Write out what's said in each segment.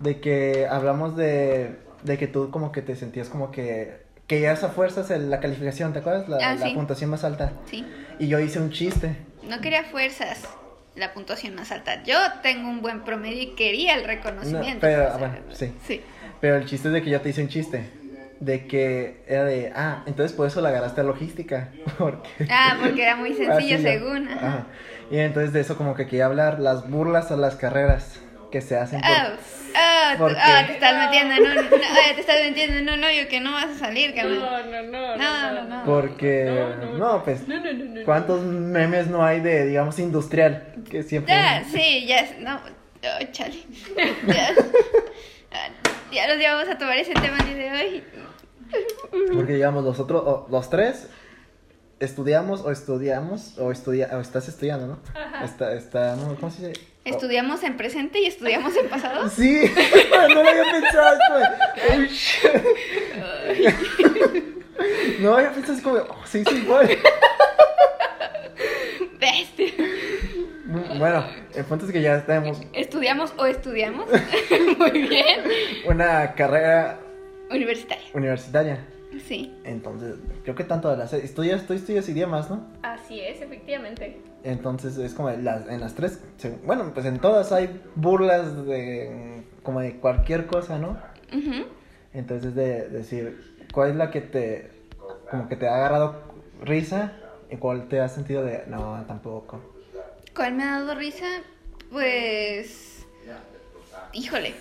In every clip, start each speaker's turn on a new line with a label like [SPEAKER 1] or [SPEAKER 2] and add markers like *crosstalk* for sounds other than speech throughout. [SPEAKER 1] de que hablamos de, de que tú como que te sentías como que querías a fuerzas el- la calificación, ¿te acuerdas? La,
[SPEAKER 2] Ah,
[SPEAKER 1] la
[SPEAKER 2] sí.
[SPEAKER 1] puntuación más alta.
[SPEAKER 2] Sí.
[SPEAKER 1] Y yo hice un chiste.
[SPEAKER 2] No quería fuerzas, la puntuación más alta. Yo tengo un buen promedio y quería el reconocimiento.
[SPEAKER 1] No, pero,
[SPEAKER 2] o sea,
[SPEAKER 1] bueno, sí.
[SPEAKER 2] Sí.
[SPEAKER 1] Pero el chiste es de que yo te hice un chiste. De que era de, ah, entonces por eso la ganaste a logística. *laughs* Porque...
[SPEAKER 2] Ah, porque era muy sencillo
[SPEAKER 1] Así,
[SPEAKER 2] según. ajá.
[SPEAKER 1] ajá. Y entonces de eso como que quería hablar las burlas a las carreras que se hacen por-
[SPEAKER 2] Ah, ah,
[SPEAKER 1] ¿Por
[SPEAKER 2] tú- ah,
[SPEAKER 1] qué?
[SPEAKER 2] te estás metiendo en un, no, ah, te estás metiendo en un hoyo que no vas a salir, carnal.
[SPEAKER 3] No, no, no.
[SPEAKER 2] No, no, no.
[SPEAKER 1] porque
[SPEAKER 3] No, no.
[SPEAKER 1] no, pues
[SPEAKER 3] No, no, no, no, no.
[SPEAKER 1] cuántos memes no hay de digamos industrial que siempre
[SPEAKER 2] Ya, sí, ya, es- no, oh, chale. Ya, Ah, ya nos llevamos a tomar ese tema el día de hoy.
[SPEAKER 1] porque digamos los otros o- los tres estudiamos o estudiamos o estudia o estás estudiando, ¿no? Está está no, ¿cómo se dice?
[SPEAKER 2] Estudiamos en presente y estudiamos
[SPEAKER 1] *laughs*
[SPEAKER 2] en pasado.
[SPEAKER 1] Sí, no lo había pensado. esto. Uy, shit. *laughs* No había pensado así como, oh, se hizo igual. *laughs*
[SPEAKER 2] Bestia.
[SPEAKER 1] Bueno, el punto es que ya tenemos
[SPEAKER 2] Estudiamos o estudiamos. *laughs* Muy bien.
[SPEAKER 1] una carrera
[SPEAKER 2] Universitaria.
[SPEAKER 1] universitaria.
[SPEAKER 2] Sí.
[SPEAKER 1] Entonces, creo que tanto de las estudias, tú estudias idiomas, ¿no?
[SPEAKER 3] Así es, efectivamente.
[SPEAKER 1] Entonces es como en las, en las tres, se- bueno, pues en todas hay burlas de como de cualquier cosa, ¿no?
[SPEAKER 2] Ujú.
[SPEAKER 1] Entonces de decir, ¿cuál es la que te, como que te ha agarrado risa y cuál te ha sentido de, no, tampoco?
[SPEAKER 2] ¿Cuál me ha dado risa? Pues. Híjole.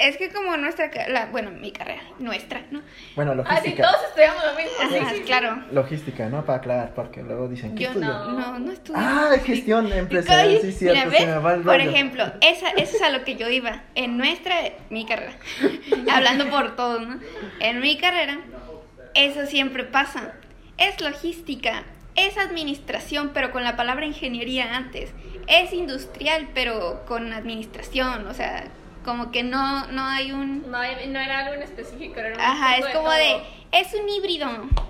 [SPEAKER 2] Es que como nuestra. ca- la- bueno, mi carrera. Nuestra, ¿no?
[SPEAKER 1] Bueno,
[SPEAKER 3] Así
[SPEAKER 1] logística.
[SPEAKER 3] Ah, todos estudiamos lo mismo. Sí,
[SPEAKER 2] Ajá,
[SPEAKER 3] sí, sí.
[SPEAKER 2] claro.
[SPEAKER 1] Logística, ¿no? Para aclarar, porque luego dicen, ¿qué
[SPEAKER 2] Yo
[SPEAKER 1] estudió?
[SPEAKER 3] no.
[SPEAKER 2] no, no estudio.
[SPEAKER 1] Ah, es gestión
[SPEAKER 2] Oye,
[SPEAKER 1] empresarial, sí, cierto,
[SPEAKER 2] mira,
[SPEAKER 1] se
[SPEAKER 2] ¿ves?
[SPEAKER 1] me va el
[SPEAKER 2] Por
[SPEAKER 1] rollo.
[SPEAKER 2] ejemplo, esa, eso es a lo que yo iba. En nuestra, mi carrera, *laughs* hablando por todos, ¿no? En mi carrera, eso siempre pasa. Es logística, es administración, pero con la palabra ingeniería antes. Es industrial, pero con administración, o sea, como que no, no hay un...
[SPEAKER 3] No, hay- no era algo en específico, era un
[SPEAKER 2] Ajá, es
[SPEAKER 3] poco
[SPEAKER 2] como de,
[SPEAKER 3] todo.
[SPEAKER 2] es un híbrido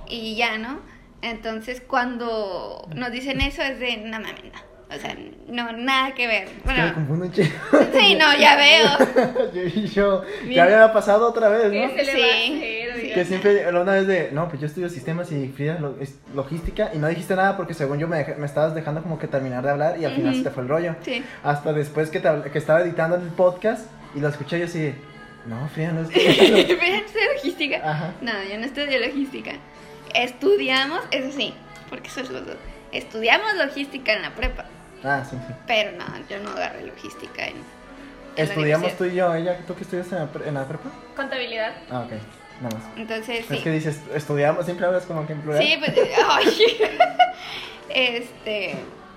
[SPEAKER 2] y ya, ¿no? Entonces cuando nos dicen eso es de, no mames, no. O sea, no, nada que ver.
[SPEAKER 1] Es que me
[SPEAKER 2] Bueno,
[SPEAKER 1] confundo un chingo. *laughs*
[SPEAKER 2] sí, no, ya veo.
[SPEAKER 1] yo, y yo,
[SPEAKER 2] Mira.
[SPEAKER 1] ya había pasado otra vez,
[SPEAKER 3] ¿Qué
[SPEAKER 1] ¿no?
[SPEAKER 3] se le
[SPEAKER 2] Sí,
[SPEAKER 3] va a hacer?
[SPEAKER 2] sí.
[SPEAKER 3] Oiga?
[SPEAKER 1] Que siempre, una vez de, no, pues yo estudio sistemas y Frida lo- es logística y no dijiste nada porque según yo me, dej- me estabas dejando como que terminar de hablar y al final
[SPEAKER 2] Ujú.
[SPEAKER 1] se te fue el rollo.
[SPEAKER 2] Sí.
[SPEAKER 1] *laughs* Hasta después que, te habl- que estaba editando el podcast y lo escuché yo así, de, no, Frida, no es
[SPEAKER 2] *laughs* ¿Estudiaste logística?
[SPEAKER 1] *laughs* Ajá.
[SPEAKER 2] No, yo no estudié logística. Estudiamos, eso sí, porque eso es los dos. Estudiamos logística en la prepa,
[SPEAKER 1] Ah, sí, sí.
[SPEAKER 2] pero no, yo no agarré logística en... en la
[SPEAKER 1] Estudiamos
[SPEAKER 2] universidad.
[SPEAKER 1] tú y yo, ella, ¿tú que estudiaste en la, pre- en la prepa?
[SPEAKER 3] Contabilidad.
[SPEAKER 2] *laughs*
[SPEAKER 1] Ah, ok, nada más.
[SPEAKER 2] Entonces, sí.
[SPEAKER 1] Es que dices, estudiamos, siempre hablas como que en plural.
[SPEAKER 2] Sí, pues, ay. *laughs* este,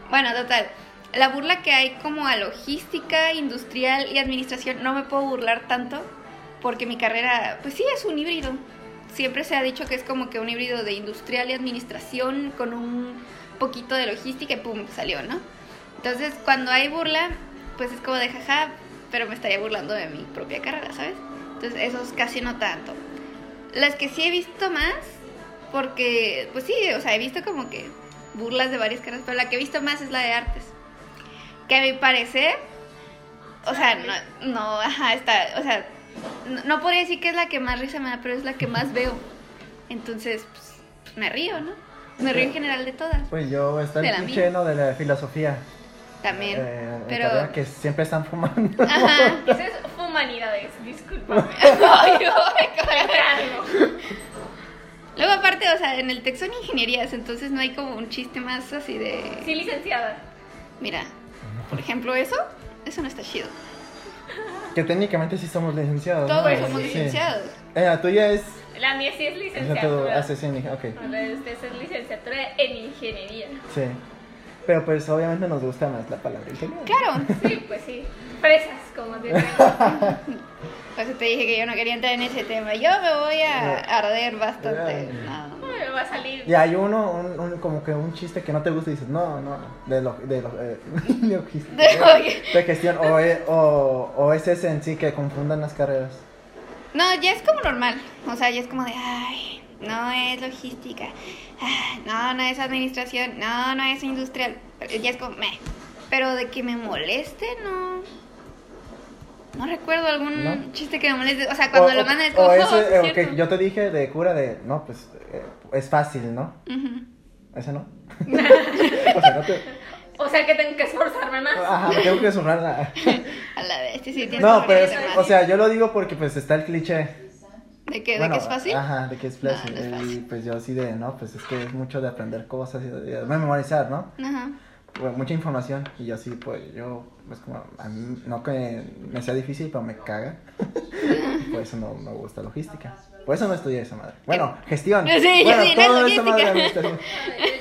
[SPEAKER 2] bueno, total. La burla que hay como a logística, industrial y administración, no me puedo burlar tanto porque mi carrera, pues sí, es un híbrido. Siempre se ha dicho que es como que un híbrido de industrial y administración con un poquito de logística y pum, salió, ¿no? Entonces, cuando hay burla, pues es como de jaja, pero me estaría burlando de mi propia carrera, ¿sabes? Entonces, esos casi no tanto. Las que sí he visto más, porque, pues sí, o sea, he visto como que burlas de varias carreras, pero la que he visto más es la de artes. Que a mi parecer, o sea, no, no, ajá, está, o sea, no, no podría decir que es la que más risa me da, pero es la que más veo. Entonces, pues, pues, me río, ¿no? Me río en general de todas.
[SPEAKER 1] Pues yo, está
[SPEAKER 2] De
[SPEAKER 1] el
[SPEAKER 2] la
[SPEAKER 1] pinche
[SPEAKER 2] mía.
[SPEAKER 1] lleno de la filosofía.
[SPEAKER 2] También.
[SPEAKER 1] eh, en
[SPEAKER 2] pero-
[SPEAKER 1] carrera que siempre están fumando. *laughs*
[SPEAKER 2] *laughs* Ajá.
[SPEAKER 3] Eso es humanidades, discúlpame.
[SPEAKER 2] Ay, no,
[SPEAKER 3] Fue algo.
[SPEAKER 2] Luego aparte, o sea, en el texto son ingenierías, entonces no hay como un chiste más así de...
[SPEAKER 3] Sí, licenciada.
[SPEAKER 2] Mira, por ejemplo, eso, eso no está chido.
[SPEAKER 1] Que técnicamente sí somos licenciados.
[SPEAKER 2] Todos
[SPEAKER 1] ¿no?
[SPEAKER 2] somos
[SPEAKER 1] Sí.
[SPEAKER 2] licenciados.
[SPEAKER 1] Eh, la tuya es.
[SPEAKER 3] La mía sí
[SPEAKER 1] o
[SPEAKER 3] es
[SPEAKER 1] sea, todo-
[SPEAKER 3] licenciatura.
[SPEAKER 1] ah, sí, sí, ni- ok.
[SPEAKER 3] No, La de ustedes es licenciatura en ingeniería.
[SPEAKER 1] Sí. Pero pues obviamente nos gusta más la palabra ingeniería.
[SPEAKER 2] Claro,
[SPEAKER 3] Sí, pues sí. Presas, como
[SPEAKER 1] *laughs*
[SPEAKER 3] dicen.
[SPEAKER 2] por eso Pues te dije que yo no quería entrar en ese tema. Yo me voy a
[SPEAKER 1] No.
[SPEAKER 2] arder bastante.
[SPEAKER 1] Ay.
[SPEAKER 2] No.
[SPEAKER 3] Me va a salir.
[SPEAKER 1] Y hay uno, un, un- como que un chiste que no te gusta y dices, no, no, de lo, de lo, eh, *laughs* logística,
[SPEAKER 2] *laughs* De-
[SPEAKER 1] de gestión, o, eh, o, o es ese en sí que confundan las carreras.
[SPEAKER 2] No, ya es como normal. O sea, ya es como de, ay, no es logística. Ah, No, no es administración. No, no es industrial. Pero Ya es como, meh. Pero de que me moleste, no. No recuerdo algún
[SPEAKER 1] ¿No?
[SPEAKER 2] chiste que me moleste. O sea, cuando
[SPEAKER 1] O-
[SPEAKER 2] lo
[SPEAKER 1] o-
[SPEAKER 2] mandan es
[SPEAKER 1] o
[SPEAKER 2] como. *laughs* "Oh,
[SPEAKER 1] ese,
[SPEAKER 2] sí es
[SPEAKER 1] eh, que
[SPEAKER 2] cierto".
[SPEAKER 1] yo te dije de cura de, no, pues eh, es fácil, ¿no?
[SPEAKER 2] Ujú.
[SPEAKER 1] Ese no. o sea, no te...
[SPEAKER 3] O sea que tengo que esforzarme
[SPEAKER 2] Ah,
[SPEAKER 3] más.
[SPEAKER 1] Ajá, me tengo que sumar
[SPEAKER 2] *laughs*
[SPEAKER 1] la-
[SPEAKER 2] A la vez, sí, sí, tienes
[SPEAKER 1] No,
[SPEAKER 2] que
[SPEAKER 1] pero es-
[SPEAKER 2] aprender
[SPEAKER 1] o
[SPEAKER 2] más.
[SPEAKER 1] sea, yo lo digo porque pues está el cliché.
[SPEAKER 2] ¿De que,
[SPEAKER 1] Bueno,
[SPEAKER 2] ¿De que es fácil?
[SPEAKER 1] Ajá, de que es
[SPEAKER 2] No, no
[SPEAKER 1] fácil.
[SPEAKER 2] es
[SPEAKER 1] y
[SPEAKER 2] fácil.
[SPEAKER 1] pues yo así de, no, pues es que es mucho de aprender cosas y de, de memorizar, ¿no?
[SPEAKER 2] Ajá. *laughs*
[SPEAKER 1] Bueno, mucha información. Y yo así, pues yo, es como, a mí, no que me sea difícil, pero me caga. *laughs* Por eso no me gusta logística. Por eso no estudié esa madre. Bueno, gestión.
[SPEAKER 2] *laughs* Sí, yo
[SPEAKER 1] bueno,
[SPEAKER 2] sí, no es
[SPEAKER 1] todo esa madre de
[SPEAKER 2] logística.
[SPEAKER 1] administración.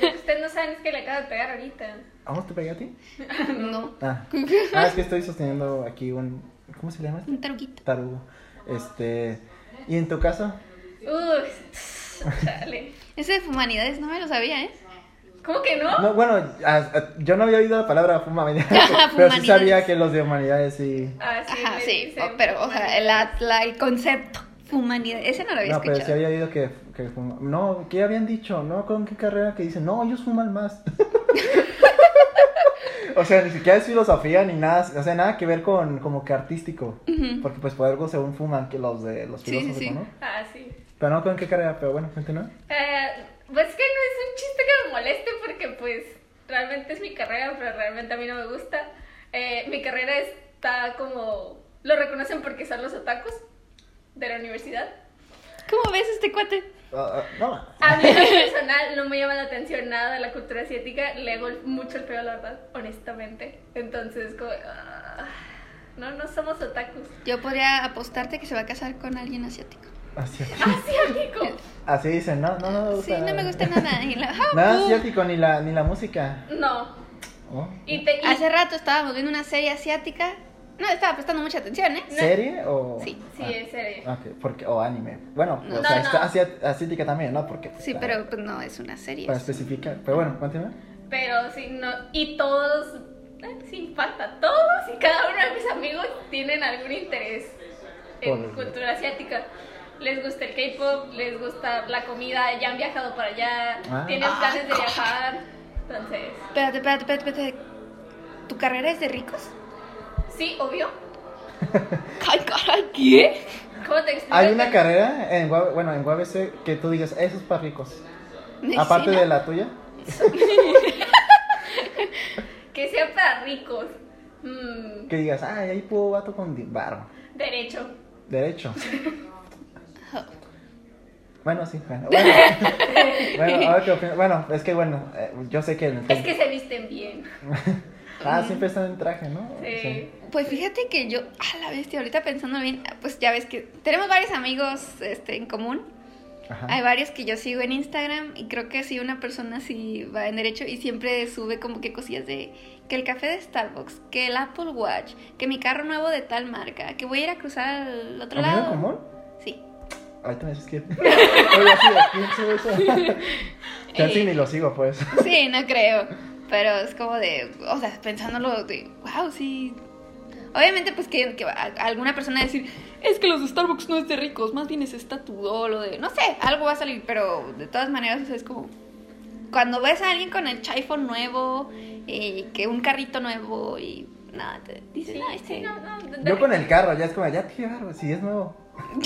[SPEAKER 3] Ay, Ustedes no saben es que le acabo de pegar ahorita.
[SPEAKER 1] ¿Vamos, te pegué a ti?
[SPEAKER 2] No. *laughs*
[SPEAKER 1] Ah. Ah, es que estoy sosteniendo aquí un. ¿Cómo se llama?
[SPEAKER 2] Un taruguito.
[SPEAKER 1] Tarugo. Este. ¿Y en tu caso?
[SPEAKER 3] Uy, *laughs* chale.
[SPEAKER 2] Ese de humanidades no me lo sabía, ¿eh?
[SPEAKER 3] ¿Cómo que no?
[SPEAKER 1] No, bueno, a- a- yo no había oído la palabra
[SPEAKER 2] *laughs*
[SPEAKER 1] humanidades, pero sí
[SPEAKER 2] Humanidades.
[SPEAKER 1] sabía que los de humanidades sí.
[SPEAKER 3] Ah, sí,
[SPEAKER 2] Ajá,
[SPEAKER 3] me
[SPEAKER 2] sí.
[SPEAKER 3] dicen.
[SPEAKER 2] o- pero, o sea, el, atla- el concepto. Humanidad. Ese no lo había
[SPEAKER 1] No, pero sí
[SPEAKER 2] escuchado.
[SPEAKER 1] había oído que, que fuma- No, ¿qué habían dicho? ¿No? ¿Con qué carrera? Que dicen, no, ellos fuman más. *laughs* o sea, ni siquiera es filosofía ni nada, o sea, nada que ver con como que artístico.
[SPEAKER 2] Ujú.
[SPEAKER 1] Porque pues por algo según fuman que los de los
[SPEAKER 2] Sí, sí,
[SPEAKER 1] filósofos,
[SPEAKER 2] sí.
[SPEAKER 1] ¿no?
[SPEAKER 3] Ah, sí.
[SPEAKER 1] Pero no con qué carrera, pero bueno, continúa.
[SPEAKER 3] Eh, pues es que no es un chiste que me moleste porque pues realmente es mi carrera, pero realmente a mí no me gusta. Eh, mi carrera está como... Lo reconocen porque son los otakus de la universidad.
[SPEAKER 2] ¿Cómo ves este cuate?
[SPEAKER 1] Ah, ah, no.
[SPEAKER 3] A
[SPEAKER 2] *laughs*
[SPEAKER 3] mí en lo personal no me llama la atención nada de la cultura asiática, le hago mucho el peor, la verdad, honestamente. Entonces, como... ah, no, no somos otakus. *laughs*
[SPEAKER 2] Yo podría apostarte que se va a casar con alguien asiático.
[SPEAKER 1] Así,
[SPEAKER 3] Asiático.
[SPEAKER 1] así dicen, no, no, no me
[SPEAKER 2] Ah. Sí,
[SPEAKER 1] gusta.
[SPEAKER 2] no me gusta nada.
[SPEAKER 1] *laughs*
[SPEAKER 2] Y la- ah, uh.
[SPEAKER 1] Nada asiático, ni la, ni la música.
[SPEAKER 3] No.
[SPEAKER 1] Oh.
[SPEAKER 3] Y te... y-
[SPEAKER 2] Hace rato estábamos viendo una serie asiática. No, estaba prestando mucha atención, ¿eh?
[SPEAKER 1] ¿Serie o...?
[SPEAKER 2] Sí.
[SPEAKER 3] Sí,
[SPEAKER 1] Ah,
[SPEAKER 3] en serio.
[SPEAKER 1] ok, porque, o anime. Bueno,
[SPEAKER 2] No.
[SPEAKER 1] o sea,
[SPEAKER 3] No, no.
[SPEAKER 1] está asia- asiática también, ¿no? Porque...
[SPEAKER 2] Sí,
[SPEAKER 1] ah,
[SPEAKER 2] pero pues, no es una serie.
[SPEAKER 1] Para especificar, pero bueno, continúa.
[SPEAKER 3] Pero sí, no, y todos, eh, sin falta, todos y cada uno de mis amigos tienen algún interés en
[SPEAKER 1] Por-
[SPEAKER 3] cultura asiática. Les gusta el K-pop, les gusta la comida, ya han viajado para allá,
[SPEAKER 1] Ah.
[SPEAKER 3] tienen planes de viajar. Entonces,
[SPEAKER 2] Espérate, espérate, espérate, espérate. ¿Tu carrera es de ricos?
[SPEAKER 3] sí, obvio.
[SPEAKER 2] *laughs* ¡Ay, caray! ¿Qué?
[SPEAKER 3] ¿Cómo te explico?
[SPEAKER 1] Hay una carrera en Guave- bueno, en UABC que tú digas, eso es para
[SPEAKER 2] *laughs*
[SPEAKER 1] ricos.
[SPEAKER 2] ¿Medicina?
[SPEAKER 1] Aparte de la tuya.
[SPEAKER 3] Que sea para ricos. Mm,
[SPEAKER 1] Que digas, ay, ahí pudo vato con di- varo.
[SPEAKER 3] derecho.
[SPEAKER 2] *laughs*
[SPEAKER 1] Derecho. Bueno, sí, bueno.
[SPEAKER 2] *laughs*
[SPEAKER 1] Bueno, bueno, ahora que opino- bueno, es que bueno, eh, yo sé que... el-
[SPEAKER 3] Es que se visten bien.
[SPEAKER 1] Ah, siempre están en traje, ¿no?
[SPEAKER 3] Sí.
[SPEAKER 2] Pues fíjate que yo, a la bestia, ahorita pensando bien, pues ya ves que tenemos varios amigos este, en común.
[SPEAKER 1] Ajá.
[SPEAKER 2] Hay varios que yo sigo en Instagram y creo que sí, una persona sí va en derecho y siempre sube como que cosillas de que el café de Starbucks, que el Apple Watch, que mi carro nuevo de tal marca, que voy a ir a cruzar al otro
[SPEAKER 1] ¿Amigo en
[SPEAKER 2] lado.
[SPEAKER 1] común?
[SPEAKER 2] Sí.
[SPEAKER 1] Ahorita me dices que. *laughs* Oye, sí, ¿a quién sube
[SPEAKER 3] *laughs*
[SPEAKER 1] eso? Casi
[SPEAKER 2] Eh.
[SPEAKER 1] ni lo sigo, pues.
[SPEAKER 2] Sí, no creo. Pero es como de, o sea, pensándolo de, wow, sí. Obviamente, pues que, que a- alguna persona va a decir, es que los de Starbucks no es de ricos, más bien es estatudo, lo de, no sé, algo va a salir, pero de todas maneras, o sea, es como, cuando ves a alguien con el iPhone nuevo, y que un carrito nuevo y nada, te dices,
[SPEAKER 3] Sí,
[SPEAKER 2] no, este,
[SPEAKER 3] sí, no, no, de- de-
[SPEAKER 1] Yo con el carro, ya es como, ya te llevaron, si es nuevo.
[SPEAKER 3] Un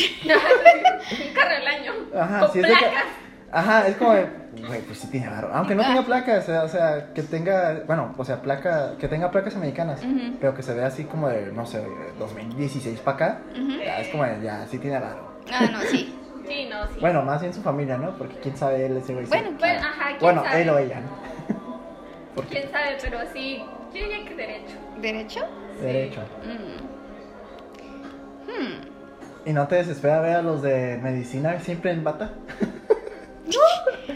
[SPEAKER 3] carro del año.
[SPEAKER 1] Ajá,
[SPEAKER 3] con
[SPEAKER 1] si es de.
[SPEAKER 3] placas. Ah.
[SPEAKER 1] ca- Ajá, es como, de, güey, pues sí tiene barro. Aunque no tenga placas, o sea, que tenga, bueno, o sea, placa, que tenga placas americanas,
[SPEAKER 2] Ujú.
[SPEAKER 1] pero que se vea así como de, no sé, de 2016 para acá,
[SPEAKER 2] ujú.
[SPEAKER 1] ya Ah, es como, de, ya sí tiene barro.
[SPEAKER 2] Ah, no, sí.
[SPEAKER 3] Sí, no, sí.
[SPEAKER 1] Bueno, más bien su familia, ¿no? Porque quién sabe él ese güey. sí.
[SPEAKER 2] Bueno,
[SPEAKER 3] Bueno, ajá, ¿quién
[SPEAKER 1] Bueno,
[SPEAKER 3] sabe?
[SPEAKER 1] él o ella, ¿no?
[SPEAKER 3] Quién sabe, pero sí, yo diría que derecho.
[SPEAKER 2] ¿Derecho?
[SPEAKER 3] Sí.
[SPEAKER 1] Derecho.
[SPEAKER 2] Mm. Hmm.
[SPEAKER 1] ¿Y no te desespera ver a los de medicina siempre en bata?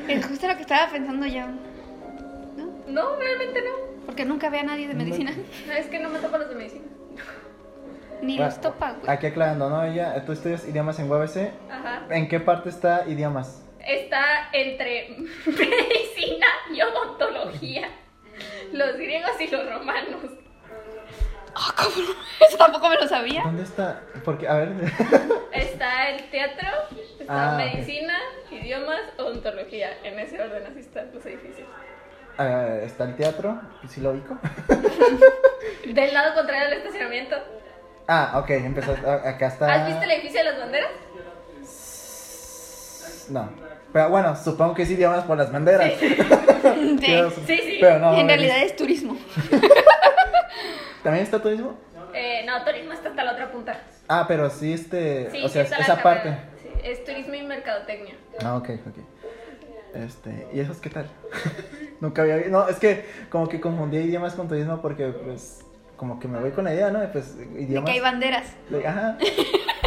[SPEAKER 2] Es justo lo que estaba pensando yo. ¿No?
[SPEAKER 3] No, realmente no.
[SPEAKER 2] Porque nunca ve a nadie de medicina.
[SPEAKER 3] No, es que no me topo los de medicina.
[SPEAKER 2] Ni
[SPEAKER 1] Bueno,
[SPEAKER 2] los topa, güey.
[SPEAKER 1] Aquí aclarando, ¿no? Ella, tú estudias idiomas en UABC.
[SPEAKER 3] Ajá.
[SPEAKER 1] ¿En qué parte está idiomas?
[SPEAKER 3] Está entre medicina y odontología. Los griegos y los romanos.
[SPEAKER 2] Ah, cabrón. Eso tampoco me
[SPEAKER 1] *laughs*
[SPEAKER 2] lo sabía.
[SPEAKER 1] ¿Dónde está? Porque, a ver. *laughs*
[SPEAKER 3] Está el teatro, está
[SPEAKER 1] Ah, ok.
[SPEAKER 3] medicina, idiomas, odontología. En ese orden así están los edificios.
[SPEAKER 1] a ver, está el teatro, si lo ubico.
[SPEAKER 3] Del lado contrario al estacionamiento.
[SPEAKER 1] Ah, ok, empezó. a- Acá está.
[SPEAKER 3] ¿Has visto el edificio de las banderas?
[SPEAKER 1] No. Pero bueno, supongo que sí llevamos por las banderas. Pero-
[SPEAKER 2] Sí.
[SPEAKER 3] Sí, sí.
[SPEAKER 1] Pero no.
[SPEAKER 2] en
[SPEAKER 1] bueno,
[SPEAKER 2] realidad es turismo.
[SPEAKER 1] ¿También está turismo?
[SPEAKER 3] Eh, no, turismo está hasta la otra punta.
[SPEAKER 1] Ah, pero sí, este.
[SPEAKER 3] Sí,
[SPEAKER 1] o sea,
[SPEAKER 3] sí está la
[SPEAKER 1] esa
[SPEAKER 3] carrera.
[SPEAKER 1] parte.
[SPEAKER 3] Sí, es turismo y mercadotecnia.
[SPEAKER 1] Ah, ok, ok. Este, ¿y esos qué tal? *laughs* Nunca había visto. No, es que como que confundí idiomas con turismo porque, pues, como que me voy con la idea, ¿no? Y, Pues,
[SPEAKER 2] De
[SPEAKER 1] idiomas.
[SPEAKER 2] que hay banderas.
[SPEAKER 1] de- Ajá.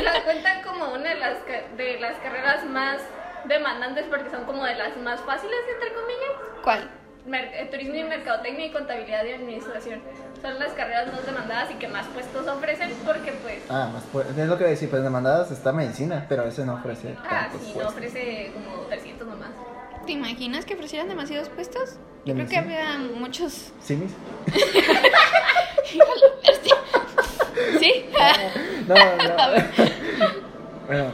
[SPEAKER 3] Las cuentan como una de las, ca- de las carreras más demandantes porque son como de las más fáciles, entre comillas.
[SPEAKER 2] ¿Cuál?
[SPEAKER 3] Mer- eh, turismo y mercadotecnia y contabilidad y administración. Son las carreras más demandadas y que más puestos ofrecen porque pues...
[SPEAKER 1] Ah, más pues, es lo que voy a decir, pues demandadas está medicina, pero ese no ofrece. pues,
[SPEAKER 3] Ah,
[SPEAKER 1] tantos
[SPEAKER 3] sí, no
[SPEAKER 1] puestos.
[SPEAKER 3] ofrece como 300 nomás.
[SPEAKER 2] ¿Te imaginas que ofrecieran demasiados puestos? Yo
[SPEAKER 1] ¿De
[SPEAKER 2] creo que
[SPEAKER 1] medicina?
[SPEAKER 2] había muchos. *laughs*
[SPEAKER 1] ¿Sí,
[SPEAKER 3] *laughs*
[SPEAKER 1] mis?
[SPEAKER 2] ¿Sí?
[SPEAKER 1] No, no. *laughs* bueno,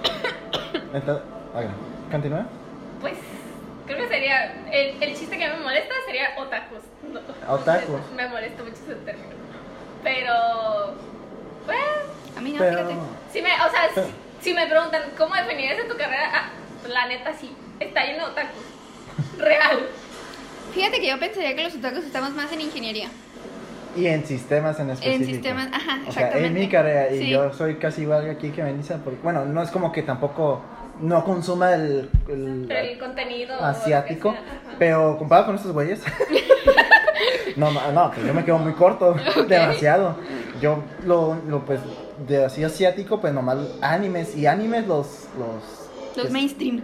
[SPEAKER 1] entonces, oiga, continúa.
[SPEAKER 3] Pues creo que sería... El, el chiste que me molesta sería otakus. No, no
[SPEAKER 1] Otakus.
[SPEAKER 3] sé, Me molesta mucho ese término. Pero... Pues...
[SPEAKER 2] A mí no,
[SPEAKER 1] Pero,
[SPEAKER 2] fíjate.
[SPEAKER 3] Si me, o sea, si, si me preguntan cómo definirías en tu carrera, ah, la neta sí, está lleno de otakus. Real.
[SPEAKER 2] Fíjate que yo pensaría que los otakus estamos más en ingeniería.
[SPEAKER 1] y en sistemas en específico.
[SPEAKER 2] sistemas, ajá,
[SPEAKER 1] O sea, en mi
[SPEAKER 2] exactamente.
[SPEAKER 1] carrera, y
[SPEAKER 2] Sí.
[SPEAKER 1] yo soy casi igual aquí que Melissa, porque, bueno, no es como que tampoco no consuma el, el-
[SPEAKER 3] El contenido
[SPEAKER 1] asiático,
[SPEAKER 3] lo que sea, ajá.
[SPEAKER 1] pero comparado con estos güeyes, *laughs* no, no, no, pues yo me quedo muy
[SPEAKER 2] *laughs*
[SPEAKER 1] corto, demasiado. Yo, lo, lo, pues, de así asiático, pues nomás animes, y animes los, los,
[SPEAKER 2] Los
[SPEAKER 1] pues,
[SPEAKER 2] mainstream.